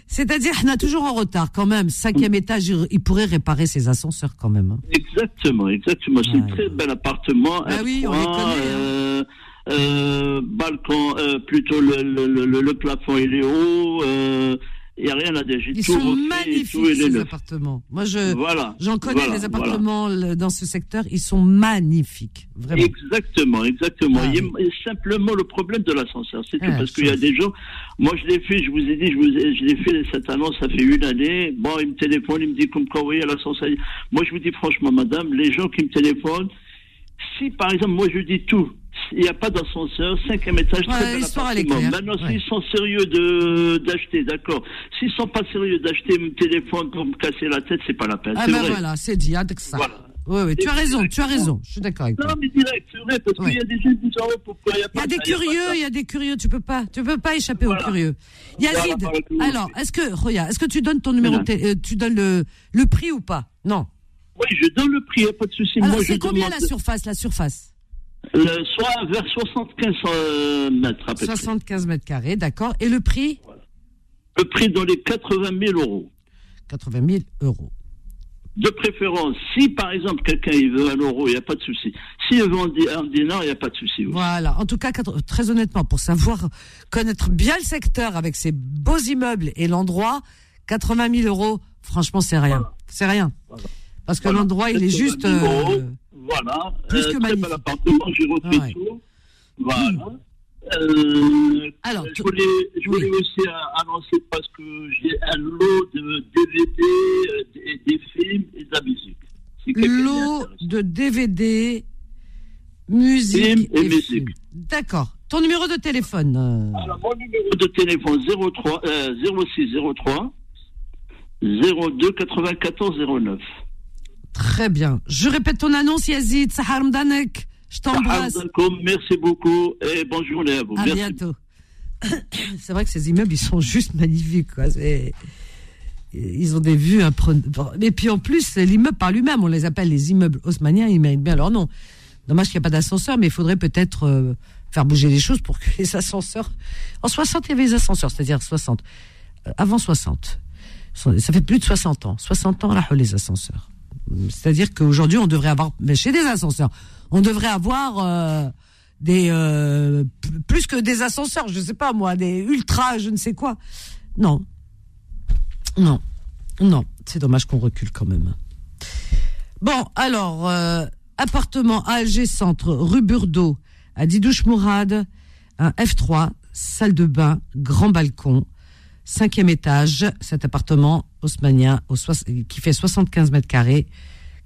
S3: C'est-à-dire, on a toujours en retard quand même.
S9: Mm.
S3: Cinquième étage, il il pourrait réparer ses ascenseurs quand même. hein.
S9: Exactement, exactement. C'est
S3: Ouais.
S9: un très bel appartement.
S3: Ah
S9: un
S3: oui, on
S9: coin,
S3: les connaît, hein.
S9: euh, euh, balcon, euh, plutôt le, le, le, le- le plafond, il est haut. euh, Il n'y a rien à dire. J'ai
S3: Ils
S9: tout
S3: sont
S9: refait et
S3: magnifiques,
S9: tout, il est
S3: ces
S9: neuf.
S3: appartements. Moi, je,
S9: Voilà.
S3: j'en connais
S9: voilà,
S3: les
S9: voilà.
S3: appartements le- dans ce secteur. Ils sont magnifiques. Vraiment.
S9: Exactement, exactement.
S3: Ah,
S9: Il y a simplement le problème de l'ascenseur, c'est tout.
S3: Ah,
S9: parce qu'il y a
S3: ça.
S9: des gens. Moi, je l'ai fait, je vous ai dit, je, vous ai- je l'ai fait cette annonce, ça fait une année. Bon, il me téléphone, il me dit qu'on me envoyé à l'ascenseur. Moi, je vous dis franchement, madame, les gens qui me téléphonent, si par exemple, moi, je dis tout. Il n'y a pas d'ascenseur, cinquième étage,
S3: Ouais,
S9: très bel
S3: l'histoire, elle est
S9: appartement.
S3: claire.
S9: Maintenant,
S3: Ouais.
S9: s'ils sont sérieux de d'acheter, d'accord. S'ils sont pas sérieux d'acheter, ils me téléphone pour me casser la tête, c'est pas la peine.
S3: Ah
S9: c'est
S3: ben
S9: vrai.
S3: voilà, c'est dit, hein, dès que ça.
S9: Voilà.
S3: Oui, oui, tu as raison, tu as raison. Je suis d'accord avec
S9: Non,
S3: toi.
S9: mais direct, c'est vrai, parce qu'il y a des gens qui disent, Ah ouais, pourquoi il n'y a
S3: Il y
S9: pas
S3: a des
S9: ça, il y a pas
S3: curieux,
S9: ça.
S3: il y a des curieux. Tu peux pas, tu peux pas échapper
S9: Voilà.
S3: aux curieux. Yazid,
S9: Voilà, voilà.
S3: alors, est-ce que, Roya, est-ce que tu donnes ton numéro, de
S9: Voilà.
S3: tél- euh, tu donnes le, le prix ou pas Non.
S9: Oui, je donne le prix, y a pas de souci.
S3: Alors,
S9: Moi, je
S3: c'est combien
S9: demande-
S3: la surface La surface
S9: Le- Soit vers 75 euh, mètres à peu près.
S3: 75 mètres carrés, d'accord. Et le prix
S9: Le prix dans les 80 000 euros.
S3: 80 000 euros.
S9: De préférence, si par exemple quelqu'un il veut un euro, il n'y a pas de souci. S'il veut un, di- un dinar, il n'y a pas de souci. oui.
S3: Voilà. En tout cas, quatre- très honnêtement, pour savoir connaître bien le secteur avec ses beaux immeubles et l'endroit, 80 000 euros, franchement, c'est rien. C'est rien. Parce que
S9: Voilà.
S3: l'endroit, il est
S9: 80 000
S3: juste. euh,
S9: euros. Voilà. Euh,
S3: plus que
S9: très
S3: magnifique. Ah
S9: bel appartement, j'ai refait
S3: Ouais. Mmh.
S9: tout. Voilà. Euh,
S3: Alors,
S9: je
S3: tu-
S9: voulais, je voulais aussi euh, annoncer parce que j'ai un lot de DVD, euh, des, des films et de la musique. Si quelqu'un est
S3: lot
S9: intéressé.
S3: de DVD, musique
S9: Films et
S3: films.
S9: musique.
S3: D'accord. Ton numéro de téléphone euh,
S9: Alors, mon numéro de téléphone 03, euh, 06 03 02 94 09.
S3: Très bien. Je répète ton annonce, Yazid. Sahar Mdanek. Je t'embrasse.
S9: Comme Ah, merci beaucoup et bonne journée à vous.
S3: À
S9: Merci.
S3: bientôt. C'est vrai que ces immeubles, ils sont juste magnifiques. Quoi. C'est- Ils ont des vues imprenables. Et puis en plus, c'est l'immeuble par lui-même. On les appelle les immeubles haussmanniens. Ils méritent bien leur nom. Dommage qu'il n'y a pas d'ascenseur, mais il faudrait peut-être euh, faire bouger les choses pour que les ascenseurs. En 60, il y avait les ascenseurs, c'est-à-dire 60. Euh, avant 60. Ça ça fait plus de 60 ans. 60 ans, là, les ascenseurs. C'est-à-dire qu'aujourd'hui, on devrait avoir, mais chez des ascenseurs, on devrait avoir euh, des euh, p- plus que des ascenseurs, je sais pas moi, des ultras, je ne sais quoi. Non, non, non. C'est dommage qu'on recule quand même. Bon, alors euh, appartement à Alger Centre, rue Burdeau, à Didouche Mourad, un F3, salle de bain, grand balcon. Cinquième étage, cet appartement haussmanien au soix- qui fait 75 mètres carrés,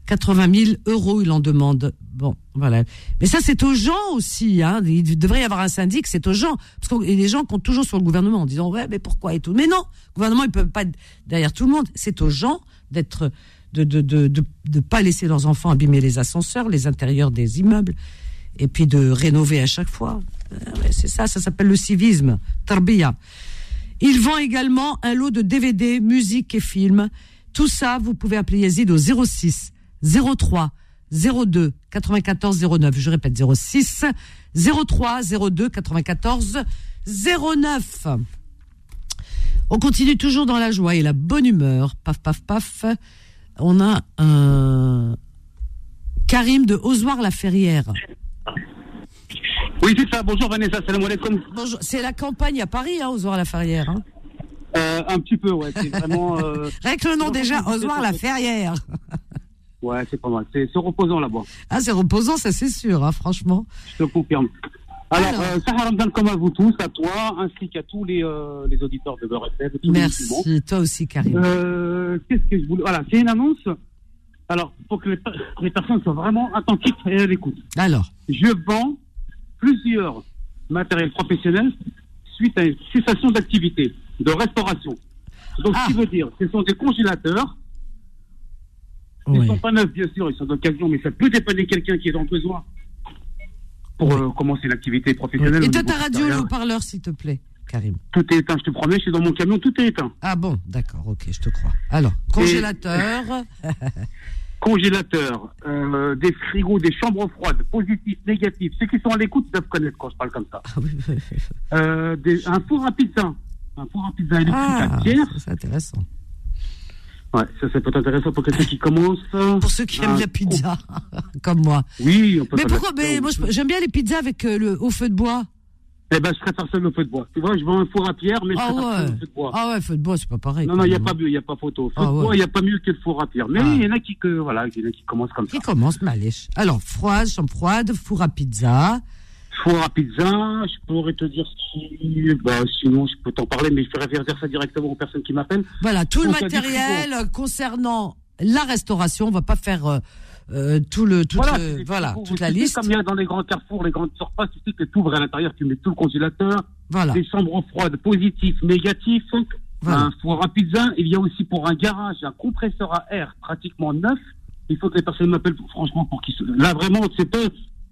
S3: 80 000 euros, il en demande. Bon, voilà. Mais ça, c'est aux gens aussi. Hein. Il devrait y avoir un syndic, c'est aux gens. Parce que les gens comptent toujours sur le gouvernement en disant, ouais, mais pourquoi et tout. Mais non, le gouvernement, il ne peut pas être derrière tout le monde. C'est aux gens d'être de ne de, de, de- de pas laisser leurs enfants abîmer les ascenseurs, les intérieurs des immeubles, et puis de rénover à chaque fois. Euh, ouais, c'est ça, ça s'appelle le civisme. Tarbiya. Il vend également un lot de DVD, musique et films. Tout ça, vous pouvez appeler Yazid au 06 03 02 94 09. Je répète 06 03 02 94 09. On continue toujours dans la joie et la bonne humeur. Paf, paf, paf. On a un Karim de Ozoir-la-Ferrière.
S10: Oui, c'est ça. Bonjour Vanessa, salam alaikum.
S3: Bonjour. C'est la campagne à Paris, hein, Ozoir-la-Ferrière. hein.
S10: Euh, un petit peu, ouais. C'est vraiment. euh,
S3: Rien que le nom déjà, Ozoir-la-Ferrière.
S10: ouais, c'est pas mal. C'est c'est reposant là-bas.
S3: Ah, c'est reposant, ça c'est sûr, hein, franchement.
S10: Je te confirme. Alors,
S3: Alors.
S10: euh, Sahar Ramadan, comme à vous tous, à toi, ainsi qu'à tous les, euh, les auditeurs de Beurre FM, tous les musulmans.
S3: Merci, toi aussi, Karim.
S10: Euh, Qu'est-ce que je voulais. Voilà, c'est une annonce. Alors, pour que les, per- les personnes soient vraiment attentives et à l'écoute.
S3: Alors,
S10: Je vends plusieurs matériels professionnels suite à une cessation d'activité, de restauration. Donc,
S3: Ah.
S10: ce qui veut dire, ce sont des congélateurs. Ils
S3: ouais.
S10: sont pas neufs, bien sûr, ils sont d'occasion, mais ça peut dépanner quelqu'un qui est dans le besoin pour euh, commencer l'activité professionnelle.
S3: Et
S10: au
S3: toi,
S10: niveau
S3: ta radio, le
S10: supérieur.
S3: haut-parleur, s'il te plaît, Karim.
S10: Tout est éteint, je te promets, je suis dans mon camion, tout est éteint.
S3: Ah bon, d'accord, ok, je te crois. Alors, congélateur,
S10: Congélateur, euh, des frigos, des chambres froides, positifs, négatifs. Ceux qui sont à l'écoute doivent connaître quand je parle comme ça.
S3: Ah oui, oui, oui.
S10: Euh, des- un four à pizza. Un four à pizza électrique
S3: Ah,
S10: à pierre.
S3: ça, c'est intéressant.
S10: Ouais, ça, ça peut être intéressant pour quelqu'un qui commence. euh,
S3: Pour ceux qui aiment
S10: un-
S3: la pizza, comme moi.
S10: Oui, on peut
S3: Mais
S10: faire de la
S3: pourquoi
S10: pizza
S3: mais
S10: ou-
S3: Moi, je- j'aime bien les pizzas avec euh, le au feu de bois.
S10: Eh ben, je préfère ça le feu de bois. Tu vois, je vends un four à pierre, mais je
S3: Ah
S10: préfère ça
S3: ouais.
S10: le feu de bois.
S3: Ah ouais, feu de bois, c'est pas pareil.
S10: Non, non, il n'y a
S3: quand
S10: pas
S3: même.
S10: mieux, il n'y a pas photo. Faut
S3: Ah
S10: le
S3: ouais.
S10: voir, Il n'y a pas mieux que le four à pierre. Mais
S3: Ah.
S10: il y en a qui, que, voilà, il y en a qui commencent comme ça.
S3: Qui commence ma lèche. Alors, froid, chambre froide, four à pizza.
S10: Four à pizza, je pourrais te dire si, bah, sinon, je peux t'en parler, mais je préfère dire ça directement aux personnes qui m'appellent.
S3: Voilà, tout le
S10: On t'a dit
S3: matériel euh, concernant la restauration. On va pas faire euh, euh, tout le, toute,
S10: Voilà,
S3: le-
S10: c'est des
S3: voilà,
S10: frigos.
S3: toute
S10: Tu
S3: la
S10: sais,
S3: liste.
S10: Comme il y a dans les grands carrefours, les grandes surfaces, tu sais que tu ouvres à l'intérieur, tu mets tout le congélateur,
S3: Voilà.
S10: des chambres froides, positifs, négatifs.
S3: Voilà.
S10: Un four à pizza, il y a aussi pour un garage, un compresseur à air pratiquement neuf. Il faut que les personnes m'appellent franchement pour qu'ils se... Là vraiment, c'est pas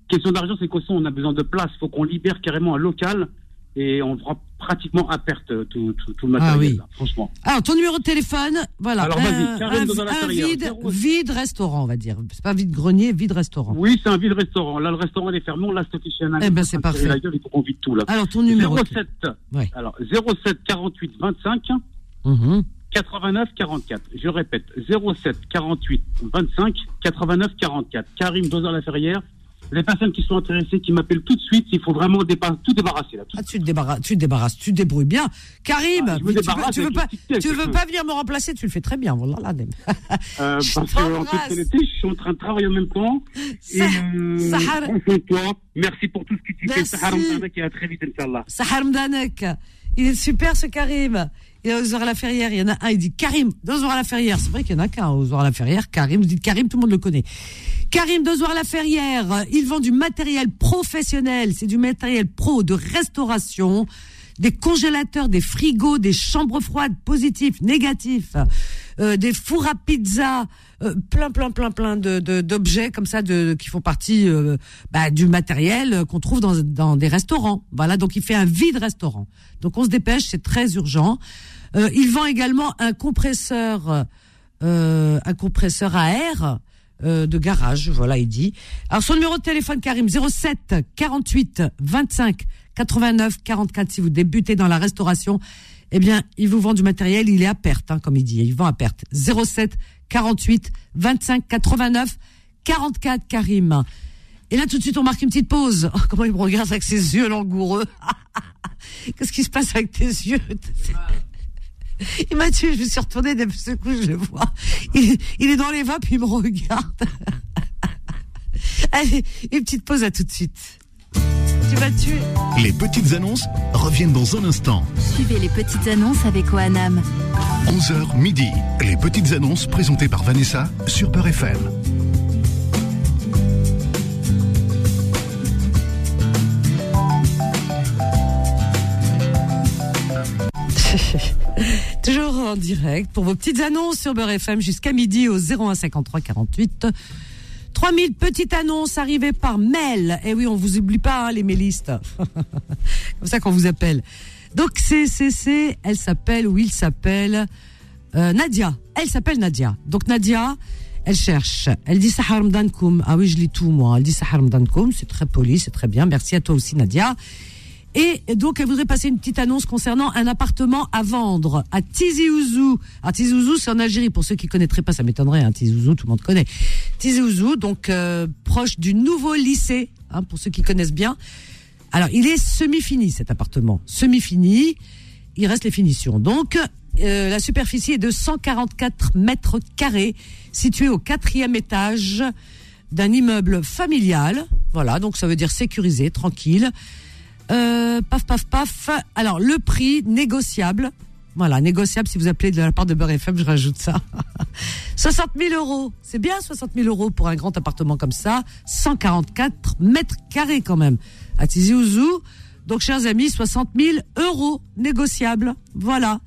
S10: question d'argent, c'est qu'au on a besoin de place. Il faut qu'on libère carrément un local et on fera pratiquement à perte euh, tout, tout- tout le matériel,
S3: Ah oui.
S10: là, franchement.
S3: Alors, ton numéro de téléphone, voilà.
S10: Alors, vas-y,
S3: un,
S10: Karen
S3: un-
S10: dans la
S3: un
S10: terrière,
S3: vide, vide restaurant, on va dire. C'est pas vide grenier, vide restaurant.
S10: Oui, c'est un vide-restaurant. Là, le restaurant, il est fermé. On l'a stocké chez un ami.
S3: Eh ben,
S10: Il est
S3: c'est
S10: en train de tirer
S3: parfait.
S10: La gueule, il faut qu'on vide tout, là.
S3: Alors, ton numéro,
S10: 07, alors, 07 48 25
S3: Mm-hmm.
S10: 89 44. Je répète, 07 48 25 89 44. Karim Dozer La Ferrière. Les personnes qui sont intéressées, qui m'appellent tout de suite, il faut vraiment dépa- tout débarrasser, là.
S3: Ah, tu te débarrasses, tu te débarrasses, tu te débrouilles bien. Karim,
S10: Ah,
S3: mais
S10: je me
S3: tu veux,
S10: débarrasse
S3: tu veux
S10: avec
S3: pas,
S10: le petit texte.
S3: tu veux pas venir me remplacer, tu le fais très bien. Voilà.
S10: Euh, parce que, en toute
S3: t'embrasse.
S10: honnêteté, je suis en train de travailler en même temps. Et, euh,
S3: Sahar.
S10: prends soin de toi. Merci pour tout ce que tu fais,
S3: Merci.
S10: Sahar Mtanak, et à très vite, Inch'Allah.
S3: Sahar Mdanek, il est super ce Karim. Il est aux heures à la ferrière, il y en a un, il dit Karim, deux heures à la ferrière. C'est vrai qu'il y en a qu'un aux heures à la ferrière, Karim, vous dites Karim, tout le monde le connaît. Karim deux heures à la ferrière, euh, il vend du matériel professionnel, c'est du matériel pro de restauration, des congélateurs, des frigos, des chambres froides, positifs, négatifs, euh, des fours à pizza, euh, plein, plein, plein, plein de de- d'objets comme ça de, qui font partie euh, bah, du matériel euh, qu'on trouve dans, dans des restaurants. Voilà, donc il fait un vide restaurant. Donc on se dépêche, c'est très urgent. Euh, il vend également un compresseur, euh, un compresseur à air euh, de garage. Voilà, il dit. Alors son numéro de téléphone Karim 07 48 25 89 44. Si vous débutez dans la restauration, eh bien il vous vend du matériel. Il est à perte, hein, comme il dit. Il vend à perte. 07 48 25 89 44 Karim. Et là tout de suite on marque une petite pause. Oh, comment il me regarde avec ses yeux langoureux. Qu'est-ce qui se passe avec tes yeux Il m'a tué, je me suis retournée d'un seul coup, je le vois. Il, il est dans les vapes, il me regarde. Allez, une petite pause à tout de suite. Tu vas tuer.
S2: Les petites annonces reviennent dans un instant.
S1: Suivez les petites annonces avec OANAM.
S2: 11h midi, les petites annonces présentées par Vanessa sur Peur FM.
S3: Toujours en direct pour vos petites annonces sur Beurre FM jusqu'à midi au 0153 48 3000 petites annonces arrivées par mail. Et oui, on vous oublie pas hein, les mailistes. Comme ça qu'on vous appelle. Donc c'est c'est- c'est- elle s'appelle ou il s'appelle euh, Nadia. Elle s'appelle Nadia. Donc Nadia, elle cherche. Elle dit Sahar Mdankoum. Ah oui, je lis tout moi. Elle dit Sahar Mdankoum, c'est très poli, c'est très bien. Merci à toi aussi Nadia. Et donc, elle voudrait passer une petite annonce concernant un appartement à vendre à Tizi Ouzou. À Tizi Ouzou, c'est en Algérie. Pour ceux qui connaîtraient pas, ça m'étonnerait. Hein, Tizi Ouzou, tout le monde connaît. Tizi Ouzou, donc euh, proche du nouveau lycée. hein, pour ceux qui connaissent bien. Alors, il est semi-fini cet appartement. Semi-fini. Il reste les finitions. Donc, euh, la superficie est de 144 mètres carrés, située au quatrième étage d'un immeuble familial. Voilà, donc ça veut dire sécurisé, tranquille. Euh, paf, paf, paf. Alors, le prix négociable. Voilà, négociable si vous appelez de la part de Beurre FM, je rajoute ça. 60 000 euros. C'est bien 60 000 euros pour un grand appartement comme ça. 144 mètres carrés quand même. À Tizi Ouzou. Donc, chers amis, 60 000 euros négociables. Voilà.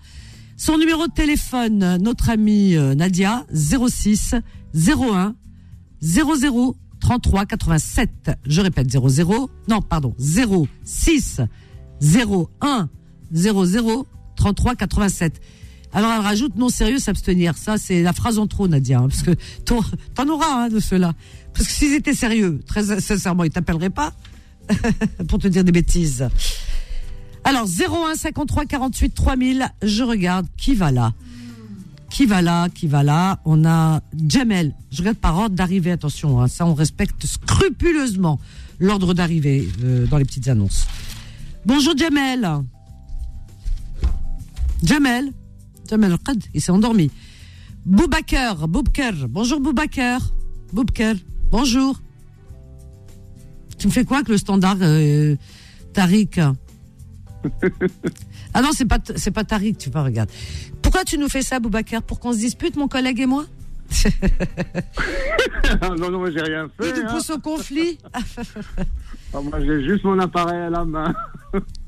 S3: Son numéro de téléphone, euh, notre amie euh, Nadia, 06 01 00 33 87. Je répète 00 non pardon 06 01 00 33 87. Alors elle rajoute non sérieux s'abstenir. Ça c'est la phrase en trop Nadia hein, parce que t'en t'en auras hein, de ceux-là. Parce que s'ils étaient sérieux, très sincèrement, ils t'appelleraient pas pour te dire des bêtises. Alors 01 53 48 3000, je regarde qui va là. Qui va là Qui va là On a Jamel. Je regarde par ordre d'arrivée, attention, hein, ça on respecte scrupuleusement l'ordre d'arrivée euh, dans les petites annonces. Bonjour Jamel. Jamel. Jamel Al-Qad, il s'est endormi. Boubaker, Boubaker. Bonjour Boubaker. Boubaker, bonjour. Tu me fais quoi avec le standard euh, Tariq Ah non, c'est pas, c'est pas Tariq, tu vois, regarde. Pourquoi tu nous fais ça, Boubacar Pour qu'on se dispute, mon collègue et moi
S10: non, non, moi, j'ai rien
S3: Tu
S10: fait.
S3: nous
S10: hein.
S3: pousses au conflit
S10: Ah, moi, j'ai juste mon appareil à la main.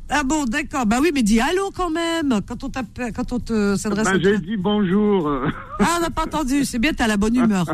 S3: Ah bon, d'accord. Bah oui, mais dis allô quand même, quand on, t'appelle- quand on
S11: Bah,
S3: te s'adresse
S10: Ben,
S3: à toi.
S10: j'ai dit bonjour.
S3: Ah, on n'a pas entendu. C'est bien, t'as la bonne humeur.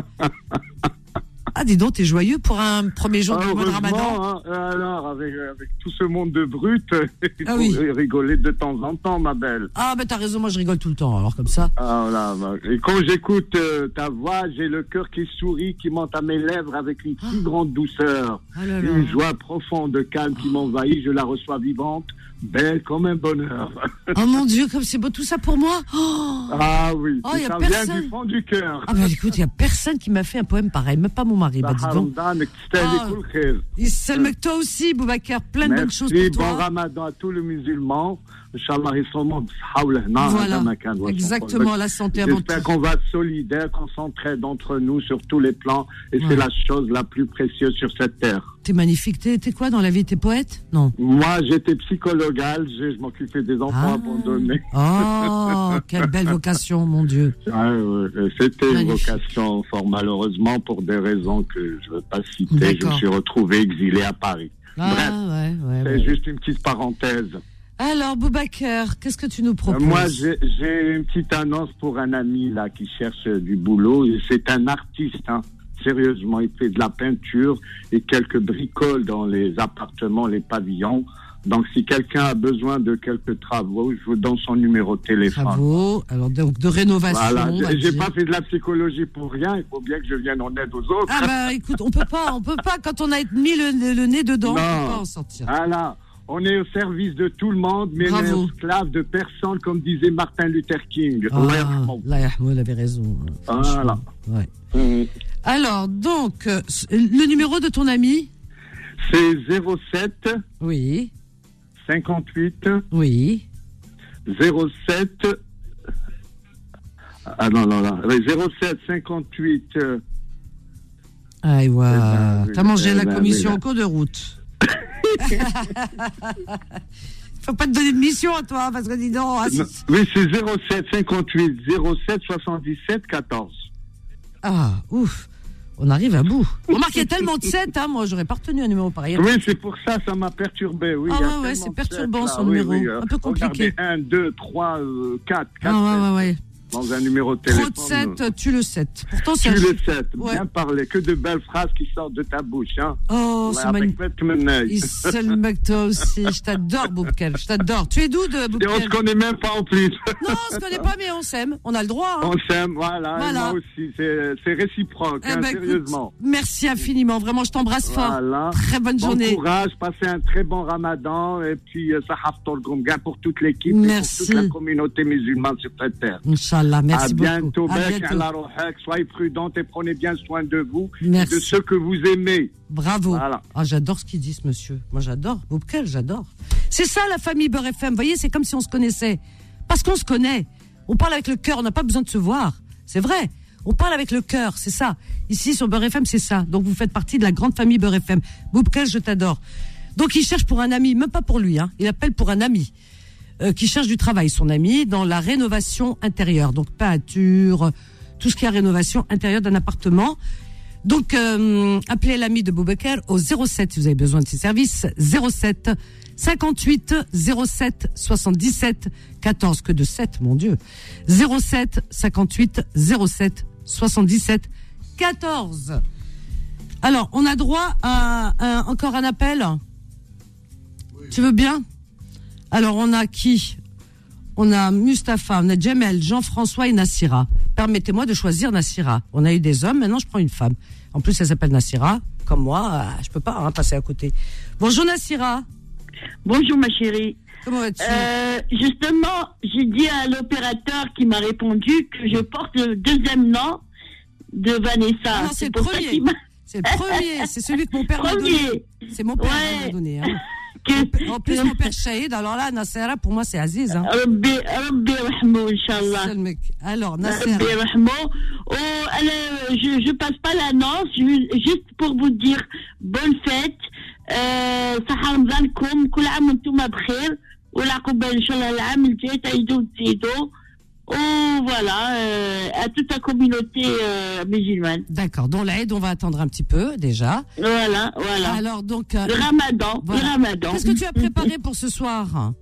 S3: Ah, dis donc, t'es joyeux pour un premier jour
S11: Ah,
S3: du mois de
S11: heureusement,
S3: Ramadan.
S11: hein. alors, avec, avec tout ce monde de brutes, il
S3: Ah
S11: faut
S3: oui.
S11: rigoler de temps en temps, ma belle.
S3: Ah, bah t'as raison, moi je rigole tout le temps, alors comme ça.
S11: Ah, voilà, bah, Et quand j'écoute euh, ta voix, j'ai le cœur qui sourit, qui monte à mes lèvres avec une si grande douceur.
S3: Ah là là.
S11: Une joie profonde, calme qui m'envahit, je la reçois vivante, belle comme un bonheur.
S3: Oh mon Dieu, comme c'est beau tout ça pour moi. Oh
S11: ah oui,
S3: Oh,
S11: tout
S3: y a
S11: ça vient
S3: personne.
S11: du fond du cœur.
S3: Ah bah écoute, il n'y a personne qui m'a fait un poème pareil, même pas mon mari, bah dis donc.
S11: Ramadan, que c'était
S3: Ah.
S11: des cool khairs. Euh.
S3: Issel, mais que toi aussi, Boubacar, plein de bonnes
S11: Merci,
S3: choses pour toi.
S11: bon ramadan à tous les musulmans. Inch'Allah, ils sont membres. Hawla, na,
S3: Voilà.
S11: na makan, wa
S3: Exactement,
S11: shukran.
S3: la santé avant
S11: J'espère
S3: tout.
S11: qu'on va être solidaires, qu'on s'entraide entre nous sur tous les plans. Et c'est la chose la plus précieuse sur cette terre.
S3: T'es magnifique, t'es t'es quoi dans la vie, t'es poète Non.
S11: Moi, j'étais psychologale, je, je m'occupais des enfants abandonnés.
S3: Ah. Oh, quelle belle vocation, mon Dieu.
S11: Ah, ouais, ouais, C'était une
S3: Magnifique.
S11: vocation fort malheureusement pour des raisons que je ne veux pas citer. Je me
S3: D'accord.
S11: suis retrouvé exilé à Paris. Bref,
S3: Ah, ouais, ouais,
S11: c'est
S3: ouais.
S11: juste une petite parenthèse.
S3: Alors, Boubacar, qu'est-ce que tu nous proposes
S11: Ben, Moi, j'ai j'ai une petite annonce pour un ami là qui cherche euh, du boulot. Et C'est un artiste, hein. sérieusement. Il fait de la peinture et quelques bricoles dans les appartements, les pavillons. Donc, si quelqu'un a besoin de quelques travaux, je vous donne son numéro de téléphone.
S3: Travaux, alors donc de rénovation.
S11: Voilà,
S3: on va
S11: j'ai
S3: dire.
S11: pas fait de la psychologie pour rien. Il faut bien que je vienne en aide aux autres.
S3: Ah bah écoute, on peut pas, on peut pas quand on a mis le, le- le nez dedans, on peut pas en sortir.
S11: Voilà. On est au service de tout le monde, mais on est
S3: Bravo.
S11: esclave de personne, comme disait Martin Luther King.
S3: Ah, là, Yahmoud avait raison. hein,
S11: Voilà. Euh,
S3: franchement. Ouais. Alors donc euh, s- le numéro de ton ami
S11: C'est 07
S3: Oui.
S11: 58
S3: Oui.
S11: 07 Ah non non non, Oui, 07 58 euh,
S3: Ah
S11: ben, oui,
S3: T'as mangé
S11: eh
S3: la
S11: ben,
S3: commission
S11: oui,
S3: en cours de route. Faut pas te donner de mission à toi parce que dis donc. ah, si-
S11: non. Oui, c'est 07 58 07 77 14.
S3: Ah, ouf. On arrive à bout. Remarque, il y a tellement de 7, hein, moi j'aurais pas retenu un numéro pareil.
S11: Oui, c'est pour ça ça m'a perturbé. Oui,
S3: Ah
S11: il y a
S3: ouais, ouais,
S11: tellement
S3: c'est
S11: de
S3: perturbant,
S11: têtes, là.
S3: son
S11: Oui,
S3: numéro.
S11: oui, euh,
S3: Un peu compliqué.
S11: regardez, 1 2 3 4 4
S3: Ah ouais, ouais, ouais.
S11: dans un numéro de
S3: Trop
S11: téléphone.
S3: de 7, tu le 7. Pourtant,
S11: tu
S3: c'est un
S11: le
S3: chiffre-
S11: sais, bien parlé, que de belles phrases qui sortent de ta bouche hein.
S3: Oh,
S11: Ouais,
S3: c'est
S11: avec
S3: magnifique.
S11: Faites mon œil.
S3: Il se le moque, toi aussi. Je t'adore, Boubkel. Je t'adore. Tu es d'où de
S11: Et on se
S3: Boubkel
S11: connaît même pas en plus.
S3: Non, on se connaît pas, mais on s'aime. On a le droit. hein.
S11: On s'aime, voilà, et
S3: Voilà.
S11: moi aussi, c'est c'est réciproque,
S3: Eh
S11: hein,
S3: ben, écoute,
S11: sérieusement.
S3: merci infiniment. Vraiment, je t'embrasse fort.
S11: Voilà.
S3: Très bonne
S11: Bon
S3: journée.
S11: courage, passez un très bon ramadan et puis euh, Sahaf Tol Gomga pour toute l'équipe et pour
S3: Merci.
S11: toute la communauté musulmane sur cette terre.
S3: Inch'Allah, merci
S11: à bientôt,
S3: beaucoup. À
S11: Bek,
S3: bientôt.
S11: Allah rohak, soyez prudentes et prenez bien soin de vous
S3: Merci.
S11: et de ceux que vous aimez.
S3: Bravo.
S11: Voilà.
S3: Ah, j'adore ce qu'ils disent, monsieur. Moi, j'adore. Boubkel, j'adore. C'est ça, la famille Beurre FM. Vous voyez, c'est comme si on se connaissait. Parce qu'on se connaît. On parle avec le cœur. On n'a pas besoin de se voir. C'est vrai. On parle avec le cœur. C'est ça. Ici, sur Beurre FM, c'est ça. Donc, vous faites partie de la grande famille Beurre FM. Boubkel, je t'adore. Donc, il cherche pour un ami. Même pas pour lui, hein. Il appelle pour un ami. euh, qui cherche du travail, son ami, dans la rénovation intérieure. Donc, peinture, tout ce qui est rénovation intérieure d'un appartement. Donc, euh, appelez l'ami de Boubacar au 07 si vous avez besoin de ses services. 07 58 07 77 14 que de 7, mon Dieu. 07 58 07 77 14. Alors, on a droit à, un- encore un appel Tu veux bien Alors, on a qui on a Mustapha, on a Jamel, Jean-François et Nassira. Permettez-moi de choisir Nassira. On a eu des hommes, maintenant je prends une femme. En plus, elle s'appelle Nassira. Comme moi, euh, je peux pas hein, passer à côté. Bonjour Nassira.
S6: Bonjour ma chérie.
S3: Comment vas-tu
S6: Euh, justement, j'ai dit à l'opérateur qui m'a répondu que je porte le deuxième nom de Vanessa.
S3: Ah non, c'est le
S6: pour ça
S3: premier.
S6: qu'il m'a-
S3: C'est le premier, c'est celui que mon père m'a
S6: Premier.
S3: donné. C'est mon père qui m'a donné. hein. Mon père- En plus, mon père Shahid, alors là, Nassira, pour moi, c'est Aziz. Hein.
S6: ربي ربي يرحمه ان شاء الله
S3: alors
S6: Nassira Oh, je, je passe pas l'annonce ju- juste pour vous dire bonne fête Euh, آه، صحة رمضانكم كل عام وانتم بخير والعقوبة ان شاء الله العام الجاي تعيدوا وتزيدوا وفوالا Oh, euh, à toute la communauté euh, musulmane.
S3: D'accord, dans l'aide, on va attendre un petit peu déjà.
S6: Voilà, voilà.
S3: Alors donc. euh,
S6: Le ramadan, le ramadan.
S3: Qu'est-ce que tu as préparé pour ce soir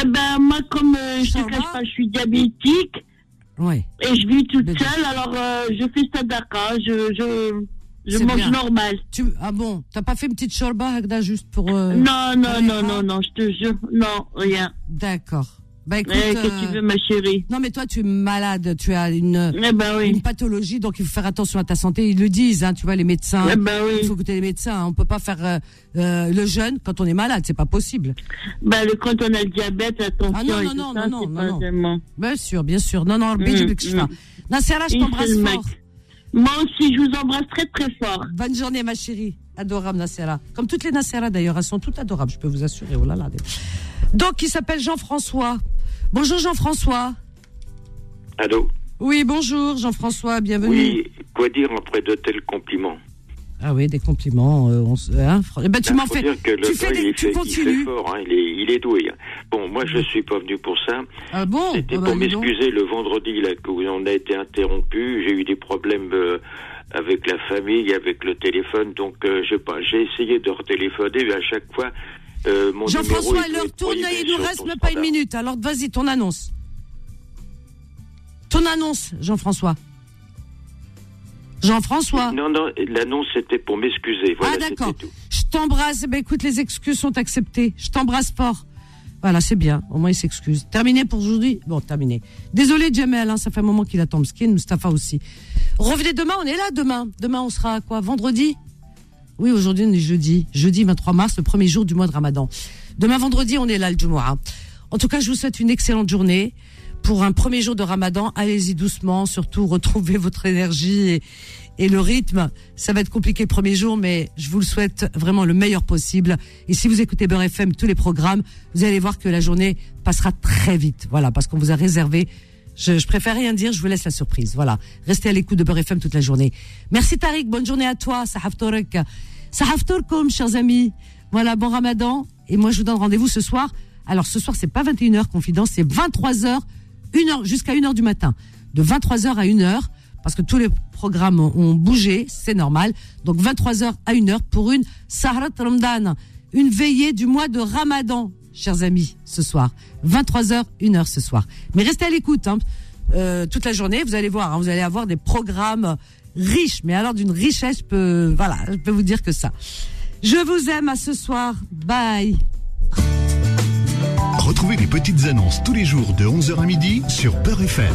S6: Eh ben, moi, comme euh, je te cache pas, je suis diabétique.
S3: Ouais.
S6: Et je vis toute seule, alors euh, je fais sadaka, je, je, Je
S3: C'est
S6: mange
S3: bien.
S6: normal.
S3: Tu... Ah bon T'as pas fait une petite shorba, Agda, juste pour. euh,
S6: Non, non,
S3: pour
S6: non,
S3: les
S6: non,
S3: gens
S6: non, je te jure, non, rien.
S3: D'accord. Bah écoute, euh,
S6: Eh, que tu veux, ma chérie Eh ben
S3: Non, mais toi, tu es malade, tu as une, une pathologie, donc il faut faire attention à ta santé. Ils le disent, hein, tu vois, les médecins.
S6: Eh ben oui.
S3: Il faut écouter les médecins. hein. On peut pas faire euh, euh, le jeûne quand on est malade, c'est pas possible.
S6: Bah, le, quand on a le diabète, attention.
S3: Ah non,
S6: et
S3: non,
S6: tout
S3: non,
S6: ça,
S3: non,
S6: c'est
S3: non,
S6: pas
S3: non.
S6: tellement.
S3: Bien sûr, bien sûr. Non, non, Béji
S6: Mm,
S3: Bekchna.
S6: mm.
S3: Nasserra, je t'embrasse
S6: Inch'Allah.
S3: fort.
S6: Moi aussi, je vous embrasse très, très fort.
S3: Bonne journée, ma chérie. Adorable, Nasserra. Comme toutes les Nasserra, d'ailleurs, elles sont toutes adorables, je peux vous assurer. Oh là là. Donc, il s'appelle Jean-François. Bonjour, Jean-François.
S12: Allô
S3: Oui, bonjour, Jean-François. Bienvenue.
S12: Oui, quoi dire après de tels compliments
S3: Ah oui, des compliments. euh, on se- hein, Fran- Eh ben, tu
S12: Là,
S3: m'en
S12: Ah, faut
S3: fais.
S12: dire que le
S3: Tu fais
S12: gars,
S3: des-
S12: il
S3: tu
S12: fait- il fait
S3: continues.
S12: fort, hein, il, est, il est doué. hein. Bon, moi, je suis pas venu pour ça.
S3: Ah bon
S12: C'était
S3: Ah bah,
S12: pour
S3: dis donc.
S12: m'excuser le vendredi, là, que on a été interrompu. J'ai eu des problèmes euh, avec la famille, avec le téléphone. Donc, euh, je sais pas, j'ai essayé de retéléphoner, mais à chaque fois, euh, mon numéro,
S3: Jean-François,
S12: il
S3: l'heure
S12: pouvait
S3: tourne,
S12: être
S3: il nous
S12: prohibé
S3: reste
S12: sur
S3: même
S12: ton
S3: pas une
S12: standard.
S3: minute. Alors vas-y, ton annonce. Ton annonce, Jean-François. Jean-François.
S12: Non, non, l'annonce, c'était pour m'excuser. Voilà,
S3: ah d'accord.
S12: c'était tout.
S3: Je t'embrasse. Eh Ben, écoute, les excuses sont acceptées. Je t'embrasse fort. Voilà, c'est bien. Au moins, il s'excuse. Terminé pour aujourd'hui Bon, terminé. Désolé, Jamel, hein, ça fait un moment qu'il attend Mskin, Mustapha aussi. Revenez demain, on est là demain. Demain, on sera à quoi Vendredi Oui, aujourd'hui, on est jeudi. Jeudi 23 mars, le premier jour du mois de Ramadan. Demain, vendredi, on est là, le Jumu'ah. En tout cas, je vous souhaite une excellente journée. Pour un premier jour de Ramadan, allez-y doucement, surtout retrouvez votre énergie et, et le rythme. Ça va être compliqué le premier jour, mais je vous le souhaite vraiment le meilleur possible. Et si vous écoutez Beurre FM, tous les programmes, vous allez voir que la journée passera très vite. Voilà, parce qu'on vous a réservé. Je, je préfère rien dire, je vous laisse la surprise. Voilà, restez à l'écoute de Beurre FM toute la journée. Merci Tariq, bonne journée à toi. Sahaf Torek. Sahaf Torkom, chers amis. Voilà, bon ramadan. Et moi, je vous donne rendez-vous ce soir. Alors, ce soir, c'est pas 21h, confidence, c'est 23h, 1h, jusqu'à 1h du matin. De 23h à 1h, parce que tous les programmes ont, ont bougé, c'est normal. Donc, 23h à 1h pour une Sahrat Ramadan, une veillée du mois de ramadan, chers amis, ce soir. 23h, 1h ce soir. Mais restez à l'écoute, hein. Euh, toute la journée, vous allez voir, hein, vous allez avoir des programmes riches, mais alors d'une richesse, je peux, voilà, je peux vous dire que ça. Je vous aime à ce soir. Bye.
S2: Retrouvez les petites annonces tous les jours de 11h à midi sur Peur FM.